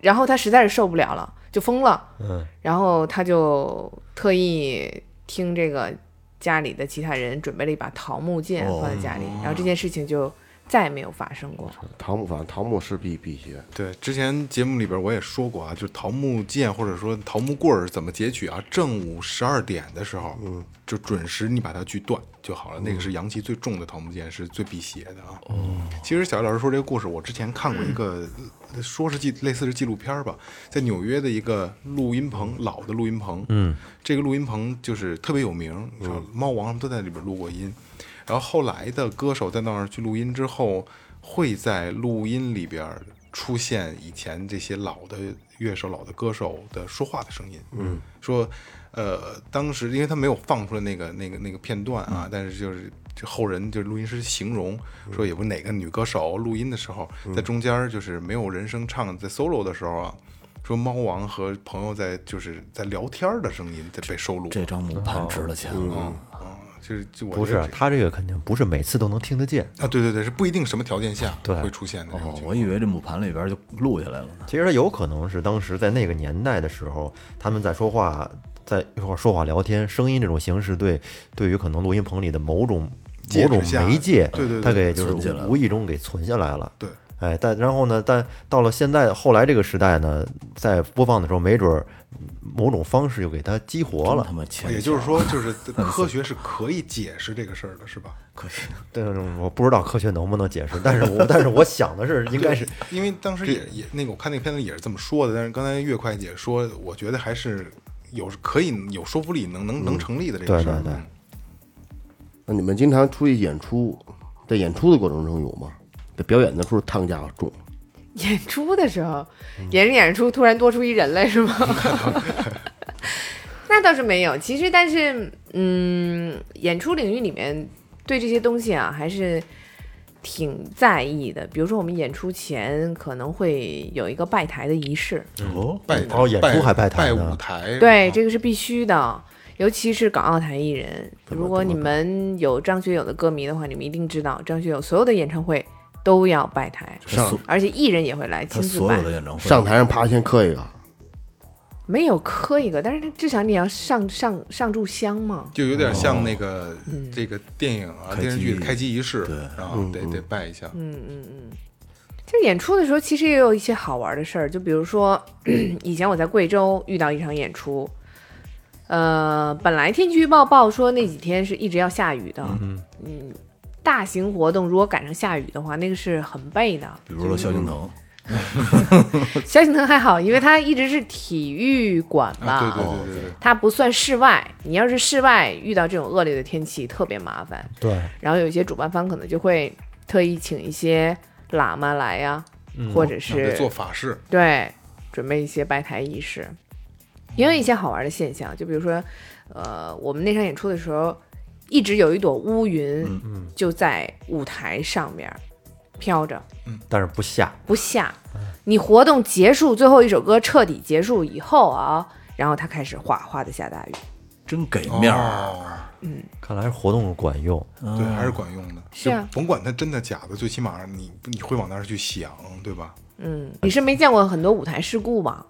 Speaker 7: 然后他实在是受不了了，就疯了。
Speaker 5: 嗯，
Speaker 7: 然后他就特意听这个家里的其他人准备了一把桃木剑
Speaker 6: 哦
Speaker 7: 放在家里，然后这件事情就再也没有发生过。
Speaker 4: 桃木，反正桃木是必必学。
Speaker 3: 对，之前节目里边我也说过啊，就是桃木剑或者说桃木棍儿怎么截取啊？正午十二点的时候，嗯，就准时你把它锯断就好了。那个是阳气最重的桃木剑，是最辟邪的啊。哦，其实小叶老师说这个故事，我之前看过一个，呃说是纪类似是纪录片儿吧，在纽约的一个录音棚，老的录音棚，嗯，这个录音棚就是特别有名，你知道猫王什么都在里边录过音。然后后来的歌手在那儿去录音之后，会在录音里边儿出现以前这些老的乐手、老的歌手的说话的声音。嗯，说，呃，当时因为他没有放出来那个那个那个片段啊，但是就是这后人就是录音师形容说，也不是哪个女歌手录音的时候，在中间儿就是没有人声唱，在 solo 的时候啊。说猫王和朋友在就是在聊天儿的声音在被收录，
Speaker 6: 这张母盘值了钱啊了。
Speaker 3: 嗯，就是就我
Speaker 5: 不
Speaker 3: 觉得
Speaker 5: 是
Speaker 3: 这
Speaker 5: 他这个肯定不是每次都能听得见。
Speaker 3: 啊，对对对，是不一定什么条件下
Speaker 5: 对
Speaker 3: 会出现的那种
Speaker 6: 哦
Speaker 3: 情，
Speaker 6: 我
Speaker 3: 况。
Speaker 6: 以为这母盘里边就录下来了呢。
Speaker 5: 其实他有可能是当时在那个年代的时候，他们在说话，在一块儿说话聊天，声音这种形式对对于可能录音棚里的某种
Speaker 3: 介
Speaker 5: 某
Speaker 3: 质
Speaker 5: 种
Speaker 3: 下
Speaker 5: 媒介，
Speaker 3: 对对对
Speaker 5: 他给就
Speaker 6: 存下
Speaker 5: 是
Speaker 6: 来了
Speaker 5: 无无意中给存下来了。
Speaker 3: 对，
Speaker 5: 哎，但然后呢？但到了现在后来这个时代呢，在播放的时候，没准儿某种方式又给它激活
Speaker 6: 完
Speaker 5: 了
Speaker 6: 他。妈钱，
Speaker 3: 也就是说， 就是科学是可以解释这个事儿的，是吧？
Speaker 6: 可惜，
Speaker 5: 但是我不知道科学能不能解释， 但是我但是我想的是，应该是
Speaker 3: 因为当时也也那个，我看那个片子也是这么说的。但是刚才岳会计也说，我觉得还是有可以有说服力，能能能成立的这
Speaker 5: 嗯
Speaker 3: 个
Speaker 5: 对
Speaker 3: 事儿。
Speaker 5: 对对
Speaker 3: 嗯
Speaker 4: 那你们经常出去演出，在演出的过程中有吗？在表演的时候烫架重，
Speaker 7: 演出的时候，演着演着出突然多出一人来是吗？ 那倒是没有，其实但是嗯，演出领域里面对这些东西啊还是挺在意的。比如说我们演出前可能会有一个拜台的仪式，
Speaker 3: 拜
Speaker 5: 哦演出
Speaker 3: 拜
Speaker 5: 还拜台
Speaker 3: 拜
Speaker 5: 呢
Speaker 3: 舞
Speaker 6: 哎
Speaker 3: 台，
Speaker 7: 对，
Speaker 6: 哦
Speaker 3: 啊
Speaker 7: 这个是必须的，尤其是港澳台艺人。如果你们有张学友的歌迷的话，你们一定知道，张学友所有的演唱会都要拜台，
Speaker 6: 上
Speaker 7: 而且艺人也会来
Speaker 6: 他
Speaker 7: 亲自
Speaker 6: 所
Speaker 7: 拜
Speaker 6: 有。的演唱会
Speaker 4: 上台上啪先磕一个，
Speaker 7: 没有磕一个，但是他至少你要上上上炷香嘛。
Speaker 3: 就有点像
Speaker 5: 哦
Speaker 3: 那个
Speaker 7: 嗯
Speaker 3: 这个电影啊
Speaker 6: 开机
Speaker 3: 电视剧的开机仪式
Speaker 6: 对，
Speaker 3: 然后
Speaker 5: 嗯
Speaker 3: 得得拜一下。
Speaker 7: 嗯就是演出的时候，其实也有一些好玩的事儿，就比如说 以前我在贵州遇到一场演出，呃，本来天气预报报说那几天是一直要下雨的，嗯大型活动如果赶上下雨的话，那个是很背的。
Speaker 6: 比如说萧敬腾，
Speaker 7: 萧敬腾还好，因为他一直是体育馆吧，
Speaker 3: 啊，对对对对对，
Speaker 7: 它不算室外。你要是室外遇到这种恶劣的天气，特别麻烦。
Speaker 5: 对，
Speaker 7: 然后有一些主办方可能就会特意请一些喇嘛来呀、或者
Speaker 3: 然后
Speaker 7: 是
Speaker 3: 嗯哦得做法事，
Speaker 7: 对准备一些拜台仪式，也有一些好玩的现象，就比如说，呃，我们那场演出的时候，一直有一朵乌云
Speaker 3: 嗯
Speaker 7: 就在舞台上面飘着
Speaker 5: 但是不下，
Speaker 7: 不下。
Speaker 3: 嗯
Speaker 7: 你活动结束，最后一首歌彻底结束以后啊，然后它开始哗哗的下大雨。
Speaker 6: 真给面儿，
Speaker 3: 哦
Speaker 5: 看来还是活动管用。
Speaker 3: 对，还是管用的。
Speaker 7: 是啊
Speaker 3: 就甭管它真的假的，最起码你你会往那儿去想，对吧？
Speaker 7: 嗯，你是没见过很多舞台事故吗？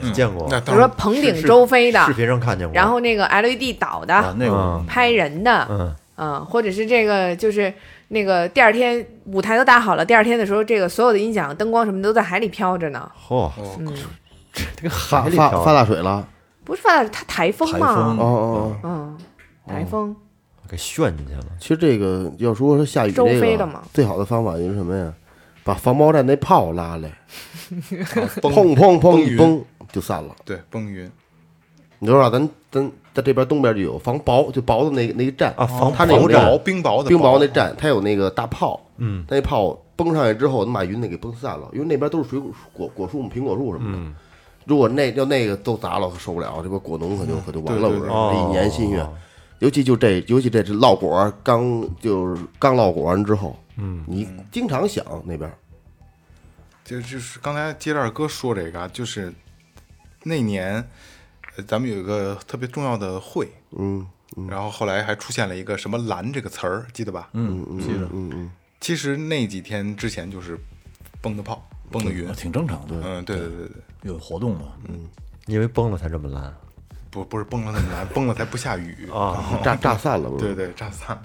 Speaker 5: 你见过？
Speaker 3: 那
Speaker 7: 比
Speaker 3: 当
Speaker 7: 如说
Speaker 3: 然，
Speaker 7: 棚顶周飞的，
Speaker 5: 视频上看见过。
Speaker 7: 然后那个 LED 倒的，
Speaker 6: 啊那个
Speaker 5: 嗯
Speaker 7: 拍人的，嗯
Speaker 5: 嗯，
Speaker 7: 或者是这个就是那个第二天舞台都搭好了，第二天的时候，这个所有的音响、灯光什么都在海里飘着呢。
Speaker 5: 嚯，
Speaker 3: 哦
Speaker 5: 这个
Speaker 4: 发
Speaker 5: 海里
Speaker 4: 发
Speaker 5: 飘啊
Speaker 4: 发大水了，
Speaker 7: 不是发它台风
Speaker 6: 台
Speaker 7: 嘛？
Speaker 6: 风
Speaker 4: 哦哦哦。
Speaker 7: 嗯，台风。
Speaker 5: 给炫进去了。
Speaker 4: 其实这个要说说下雨这
Speaker 7: 周飞
Speaker 4: 个
Speaker 7: 的嘛，
Speaker 4: 最好的方法就是什么呀？把防爆站那炮拉来，
Speaker 3: 啊崩
Speaker 4: 砰砰砰一
Speaker 3: 云
Speaker 4: 崩就散了。
Speaker 3: 对，崩云。
Speaker 4: 你知道吧？咱咱在这边东边就有防雹，就雹子那个那个站
Speaker 5: 啊防
Speaker 4: 它那有
Speaker 5: 雹
Speaker 4: 那
Speaker 5: 站
Speaker 4: 个
Speaker 3: 雹冰雹的
Speaker 4: 冰雹
Speaker 3: 雹
Speaker 4: 那站，它有那个大炮，嗯，那炮崩上去之后，能把云那给崩散了，因为那边都是水果果果树、苹果树什么的。如果那要那个都砸了，受不了，这不果农可就可就完了，
Speaker 3: 对对
Speaker 4: 不
Speaker 3: 对
Speaker 4: 是这一年心血。尤其就这，尤其这这落果儿刚就是刚落果完之后，嗯，你经常想那边，
Speaker 3: 就就是刚才接着二哥说这个啊，就是那年，呃咱们有一个特别重要的会，
Speaker 4: 嗯，
Speaker 3: 然后后来还出现了一个什么“蓝”这个词儿，记得吧？
Speaker 6: 嗯，记得
Speaker 4: 嗯嗯，
Speaker 3: 其实那几天之前就是崩的炮，崩的云
Speaker 6: 啊。挺正常的，
Speaker 3: 嗯，对对对对，
Speaker 6: 有活动嘛，
Speaker 5: 因为崩了才这么烂。
Speaker 3: 不不是崩了那么蓝，崩了才不下雨
Speaker 5: 啊。
Speaker 4: 炸炸散了，不是？
Speaker 3: 对对，炸散。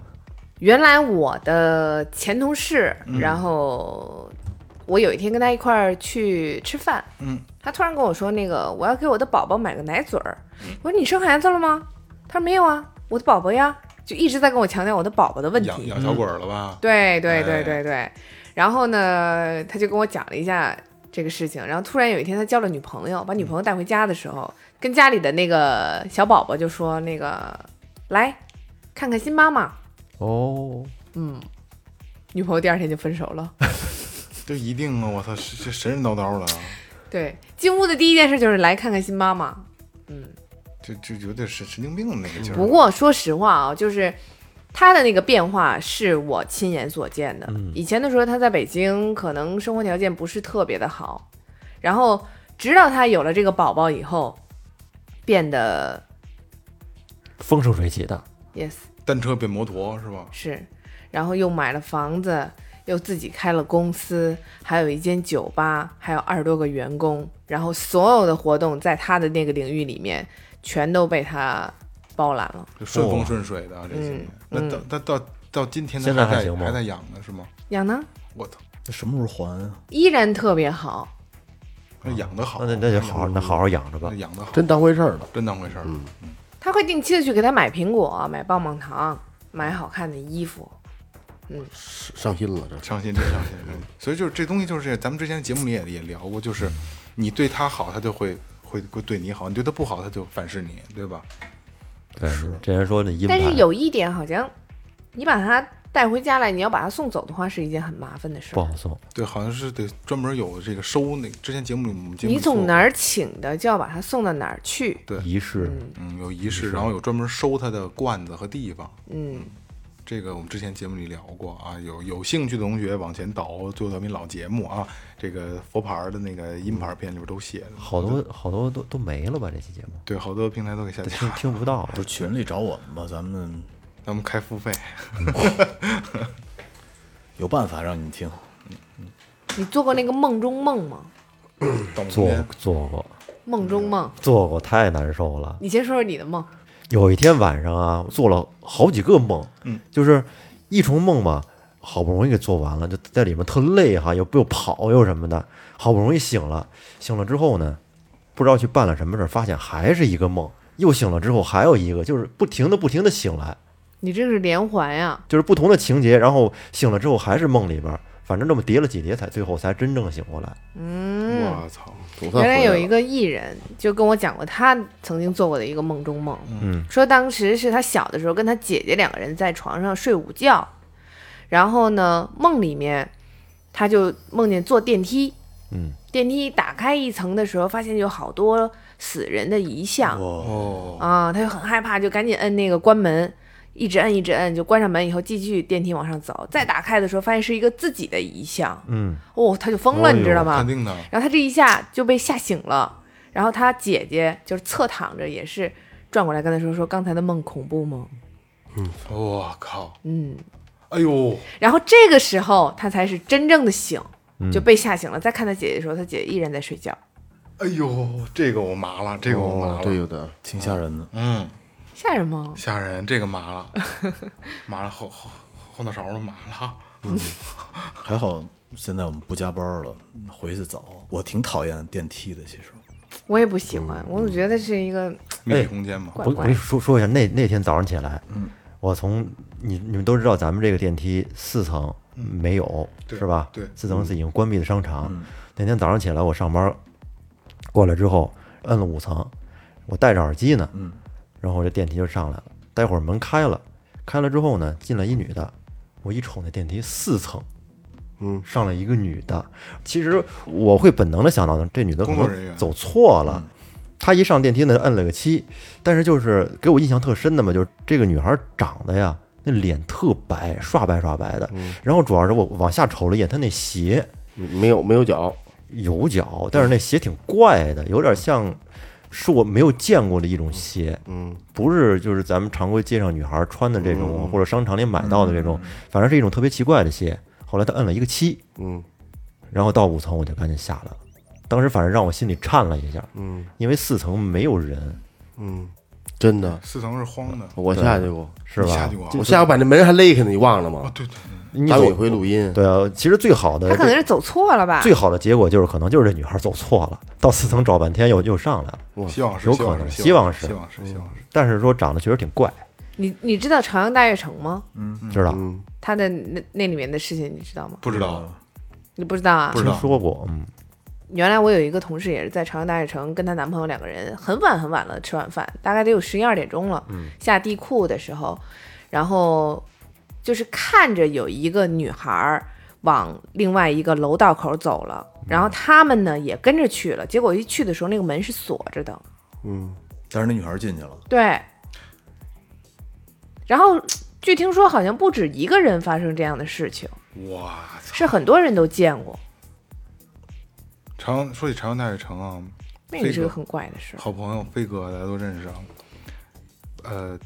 Speaker 7: 原来我的前同事，
Speaker 6: 嗯
Speaker 7: 然后我有一天跟他一块儿去吃饭，
Speaker 3: 嗯，
Speaker 7: 他突然跟我说，那个我要给我的宝宝买个奶嘴儿。
Speaker 6: 嗯
Speaker 7: 我说你生孩子了吗？他说没有啊，我的宝宝呀，就一直在跟我强调我的宝宝的问题。嗯
Speaker 3: 养养小鬼儿了吧？
Speaker 7: 对对
Speaker 3: 哎
Speaker 7: 对对对。然后呢，他就跟我讲了一下这个事情。然后突然有一天，他交了女朋友，把女朋友带回家的时候，跟家里的那个小宝宝就说：“那个来看看新妈妈。
Speaker 5: 哦，”
Speaker 7: 女朋友第二天就分手了。
Speaker 3: 这一定啊！我操，这这神神叨叨的啊。
Speaker 7: 对，进屋的第一件事就是来看看新妈妈。嗯，
Speaker 3: 就就有点神神经病的那个劲儿。
Speaker 7: 不过说实话啊，就是他的那个变化是我亲眼所见的。以前的时候，他在北京可能生活条件不是特别的好，然后直到他有了这个宝宝以后，变得
Speaker 5: 风生水起的，
Speaker 7: yes
Speaker 3: 单车变摩托是吧？
Speaker 7: 是，然后又买了房子，又自己开了公司，还有一间酒吧，还有二十多个员工，然后所有的活动在他的那个领域里面全都被他包揽了。
Speaker 3: 就顺风顺水
Speaker 7: 哦
Speaker 3: 的、啊这些
Speaker 7: 嗯
Speaker 3: 年。那到那到到今天，他
Speaker 5: 现在还
Speaker 3: 还在
Speaker 5: 行吗
Speaker 3: 还在养呢是吗？
Speaker 7: 养呢
Speaker 3: 我操，
Speaker 6: 那什么时候还啊？
Speaker 7: 依然特别好，
Speaker 3: 那养的好，
Speaker 5: 那那那就好好，那好好嗯养着吧
Speaker 3: 那。养的好，
Speaker 4: 真当回事儿了。
Speaker 3: 真当回事儿。
Speaker 7: 他会定期的去给他买苹果、买棒棒糖、买好看的衣服。
Speaker 4: 伤心了，这
Speaker 3: 伤心，真伤心。嗯 所以就是这东西，就是咱们之前节目里也也聊过，
Speaker 5: 嗯
Speaker 3: 就是你对他好，他就会会会对你好；你对他不好，他就反噬你，对吧？
Speaker 5: 对，这人说那阴
Speaker 7: 但
Speaker 5: 牌
Speaker 7: 是，有一点，好像你把他带回家来，你要把他送走的话，是一件很麻烦的事
Speaker 5: 不
Speaker 7: 儿。
Speaker 5: 好送，
Speaker 3: 对，好像是得专门有这个收那之前节目里我们节目里
Speaker 7: 你从
Speaker 3: 说
Speaker 7: 哪儿请的，就要把他送到哪儿去。
Speaker 3: 对
Speaker 5: 仪式
Speaker 3: 嗯有仪式，然后有专门收他的罐子和地方。
Speaker 7: 嗯，
Speaker 3: 这个我们之前节目里聊过啊，有有兴趣的同学往前倒最后调频老节目啊，这个佛牌儿的那个音牌片里边都写了，
Speaker 5: 好多好多都都没了吧？这期节目
Speaker 3: 对，好多平台都给下
Speaker 5: 都听
Speaker 3: 架，
Speaker 5: 听不到了
Speaker 6: 不。是群里找我们吧，咱们
Speaker 3: 咱们开付费，
Speaker 6: 有办法让你听。
Speaker 7: 你做过那个梦中梦吗？
Speaker 3: 等明
Speaker 5: 做
Speaker 3: 天
Speaker 5: 做过
Speaker 7: 梦中梦，
Speaker 5: 做过，太难受了。
Speaker 7: 你先说说你的梦。
Speaker 5: 有一天晚上啊，做了好几个梦，
Speaker 3: 嗯，
Speaker 5: 就是一重梦嘛，好不容易给做完了，就在里面特累哈，又又跑又什么的，好不容易醒了，醒了之后呢，不知道去办了什么事儿，发现还是一个梦，又醒了之后还有一个，就是不停的不停的醒来，
Speaker 7: 你这是连环呀、
Speaker 5: 就是不同的情节，然后醒了之后还是梦里边儿，反正这么叠了几叠才最后才真正醒过来，
Speaker 7: 嗯，
Speaker 3: 我操，
Speaker 4: 总算
Speaker 7: 原来
Speaker 4: 回
Speaker 7: 有
Speaker 4: 来
Speaker 7: 一
Speaker 4: 了
Speaker 7: 个艺人就跟我讲过，他曾经做过的一个梦中梦，
Speaker 5: 嗯，
Speaker 7: 说当时是他小的时候跟他姐姐两个人在床上睡午觉，然后呢，梦里面他就梦见坐电梯，
Speaker 5: 嗯，
Speaker 7: 电梯打开一层的时候，发现有好多死人的遗像，
Speaker 3: 哦，
Speaker 7: 啊，他就很害怕，就赶紧摁那个关门，一直摁一直摁，就关上门以后继续电梯往上走。再打开的时候，发现是一个自己的遗像，
Speaker 5: 嗯，
Speaker 7: 哦，他就疯了，
Speaker 5: 哎呦
Speaker 7: 你知道
Speaker 3: 肯
Speaker 7: 吗？
Speaker 3: 定的，
Speaker 7: 然后他这一下就被吓醒了，然后他姐姐就是侧躺着，也是转过来跟他说说刚才的梦恐怖吗？
Speaker 3: 我靠，
Speaker 7: 嗯，
Speaker 3: 哎呦，
Speaker 7: 然后这个时候他才是真正的醒，就被吓醒了。再看他姐姐的时候，他姐姐依然在睡觉。
Speaker 3: 哎呦，这个我麻了，这个我麻
Speaker 4: 哦
Speaker 3: 了，，
Speaker 4: 这有点
Speaker 6: 挺吓人的，
Speaker 3: 嗯，
Speaker 7: 吓人吗？
Speaker 3: 吓人，这个麻了，麻了后后后脑勺都麻了，
Speaker 6: 还好现在我们不加班了，回去早。我挺讨厌电梯的，其实
Speaker 7: 我也不喜欢，我总觉得是一个
Speaker 3: 密闭空间嘛，
Speaker 7: 怪
Speaker 5: 我我
Speaker 7: 怪
Speaker 5: 跟你哎说说一下，那那天早上起来，
Speaker 3: 嗯
Speaker 5: 我从你你们都知道，咱们这个电梯四层没有、
Speaker 3: 嗯对
Speaker 5: 是吧？
Speaker 3: 对嗯
Speaker 5: 四层是已经关闭的商场。那天早上起来，我上班过来之后，摁了五层，我戴着耳机呢，然后这电梯就上来了。待会儿门开了，开了之后呢，进来一女的，我一瞅那电梯四层。嗯，上来一个女的，其实我会本能的想到呢，这女的可
Speaker 3: 工作人员嗯
Speaker 5: 能走错了，她一上电梯呢，摁了个七，但是就是给我印象特深的嘛，就是这个女孩长得呀，那脸特白，刷白刷白的。
Speaker 3: 嗯
Speaker 5: 然后主要是我往下瞅了一眼，她那鞋
Speaker 4: 嗯没有没有脚，
Speaker 5: 有脚，但是那鞋挺怪的，有点像是我没有见过的一种鞋。
Speaker 4: 嗯，
Speaker 5: 不是就是咱们常规街上女孩穿的这种，或者商场里买到的这种，反正是一种特别奇怪的鞋。后来她摁了一个七，
Speaker 4: 嗯，
Speaker 5: 然后到五层我就赶紧下来了。当时反正让我心里颤了一下，
Speaker 4: 嗯，
Speaker 5: 因为四层没有人，
Speaker 4: 嗯，真的，
Speaker 3: 四层是荒的，
Speaker 4: 我下去过，
Speaker 5: 是
Speaker 3: 你
Speaker 5: 吧
Speaker 3: 下去？过啊
Speaker 4: 我下去把那门还勒开呢，你忘了
Speaker 3: 啊
Speaker 4: 吗？？
Speaker 3: 对对，
Speaker 5: 你
Speaker 4: 咱们
Speaker 5: 走
Speaker 4: 有一回录音，
Speaker 5: 对啊，其实最好的
Speaker 7: 他可能是走错了吧？
Speaker 5: 最好的结果就是，可能就是这女孩走错了，到四层找半天又又上来了。
Speaker 4: 嗯
Speaker 3: 希望是，
Speaker 5: 有
Speaker 3: 希望
Speaker 5: 可能
Speaker 3: 是，
Speaker 5: 希望
Speaker 3: 是，
Speaker 5: 是
Speaker 3: 希望是，希望是，
Speaker 5: 但是说长得确实挺怪，
Speaker 7: 你你知道朝阳大悦城吗？
Speaker 5: 知道？
Speaker 4: 嗯，
Speaker 7: 他的那那里面的事情你知道吗？
Speaker 3: 不知道，
Speaker 7: 你不知道啊
Speaker 3: 不？知
Speaker 5: 听
Speaker 3: 道，
Speaker 5: 说过，嗯，
Speaker 7: 原来我有一个同事也是在朝阳大悦城，跟她男朋友两个人很晚很晚了吃晚饭，大概得有十一二点钟了。下地库的时候，然后就是看着有一个女孩儿往另外一个楼道口走了，然后他们呢也跟着去了。结果一去的时候，那个门是锁着的，
Speaker 6: 但是那女孩进去了，
Speaker 7: 对。然后嗯据听说，好像不止一个人发生这样的事情，
Speaker 3: 哇操！
Speaker 7: 是很多人都见过。
Speaker 3: 朝阳说起朝阳大悦城啊，
Speaker 7: 那个是
Speaker 3: 这
Speaker 7: 个
Speaker 3: 个
Speaker 7: 很怪的事儿，
Speaker 3: 好朋友飞哥大家都认识啊。呃，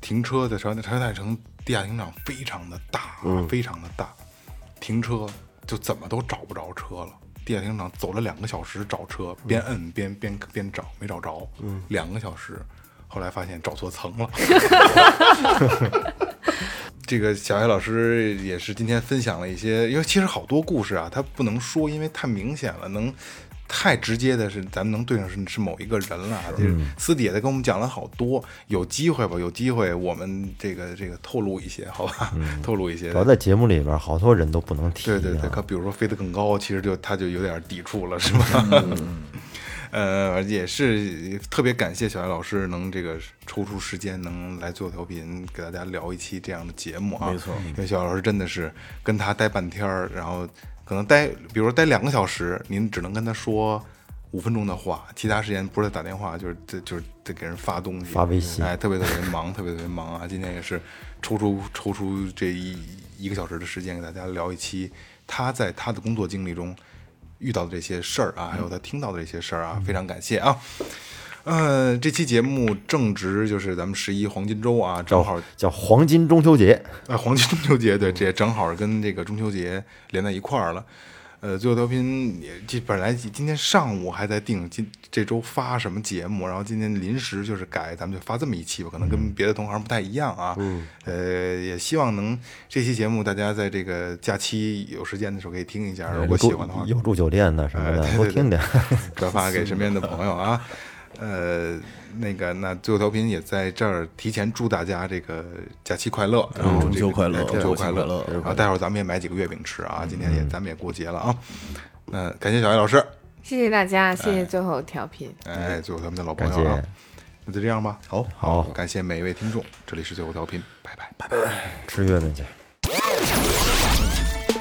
Speaker 3: 停车在朝阳朝阳大悦城地下停车场非常的大，啊
Speaker 5: 嗯
Speaker 3: 非常的大，停车就怎么都找不着车了。地下停车场走了两个小时找车，边摁边边边找，没找着，两个小时，后来发现找错层了。 这个小艾老师也是今天分享了一些，因为其实好多故事啊，他不能说，因为太明显了，能太直接的是咱们能对上是是某一个人了啊。就是私底下他跟我们讲了好多，有机会吧，有机会我们这个这个透露一些，好吧， 透露一些
Speaker 5: 主。要在节目里边，好多人都不能提、啊。
Speaker 3: 对对对，可比如说飞得更高，其实就他就有点抵触了，是吧？嗯 呃，也是特别感谢小艾老师能这个抽出时间能来做调频，给大家聊一期这样的节目啊。
Speaker 6: 没错
Speaker 3: 因为小艾老师真的是跟他待半天儿，然后可能待，比如说待两个小时，您只能跟他说五分钟的话，其他时间不是在打电话，就是这就是得给人发东西、
Speaker 5: 发微信
Speaker 3: 哎，特别特别忙，特别特别忙啊！今天也是抽出抽出这一一个小时的时间，给大家聊一期他在他的工作经历中遇到的这些事儿啊，还有他听到的这些事儿啊，非常感谢啊。呃，这期节目正值就是咱们十一黄金周啊，正好
Speaker 5: 叫黄金中秋节，
Speaker 3: 啊，黄金中秋节，对，这也正好跟这个中秋节连在一块儿了。呃，最后调频也，这本来今天上午还在定今这周发什么节目，然后今天临时就是改，咱们就发这么一期吧，可能跟别的同行不太一样啊。嗯。呃，也希望能这期节目大家在这个假期有时间的时候可以听一下，如果喜欢的话，
Speaker 5: 有哎住酒店的什么
Speaker 3: 哎对
Speaker 5: 的，
Speaker 3: 对
Speaker 5: 多听听。
Speaker 3: 转发给身边的朋友啊。呃，那个，那最后调频也在这儿提前祝大家这个假期快乐，然后
Speaker 6: 中
Speaker 3: 这
Speaker 6: 秋
Speaker 3: 个
Speaker 6: 快乐
Speaker 3: 哎中秋
Speaker 6: 国
Speaker 3: 快
Speaker 6: 庆快
Speaker 3: 乐
Speaker 6: 乐。
Speaker 3: 然后待会儿咱们也买几个月饼吃啊，今天也咱们也过节了啊。那感谢小艾老师，
Speaker 7: 谢谢大家，谢谢最后调频，
Speaker 3: 哎，最后调频的老朋
Speaker 5: 感
Speaker 3: 友啊
Speaker 5: 谢，
Speaker 3: 那就这样吧。好，
Speaker 5: 好
Speaker 3: 感谢每一位听众，这里是最后调频，拜拜。
Speaker 5: 吃月饼去。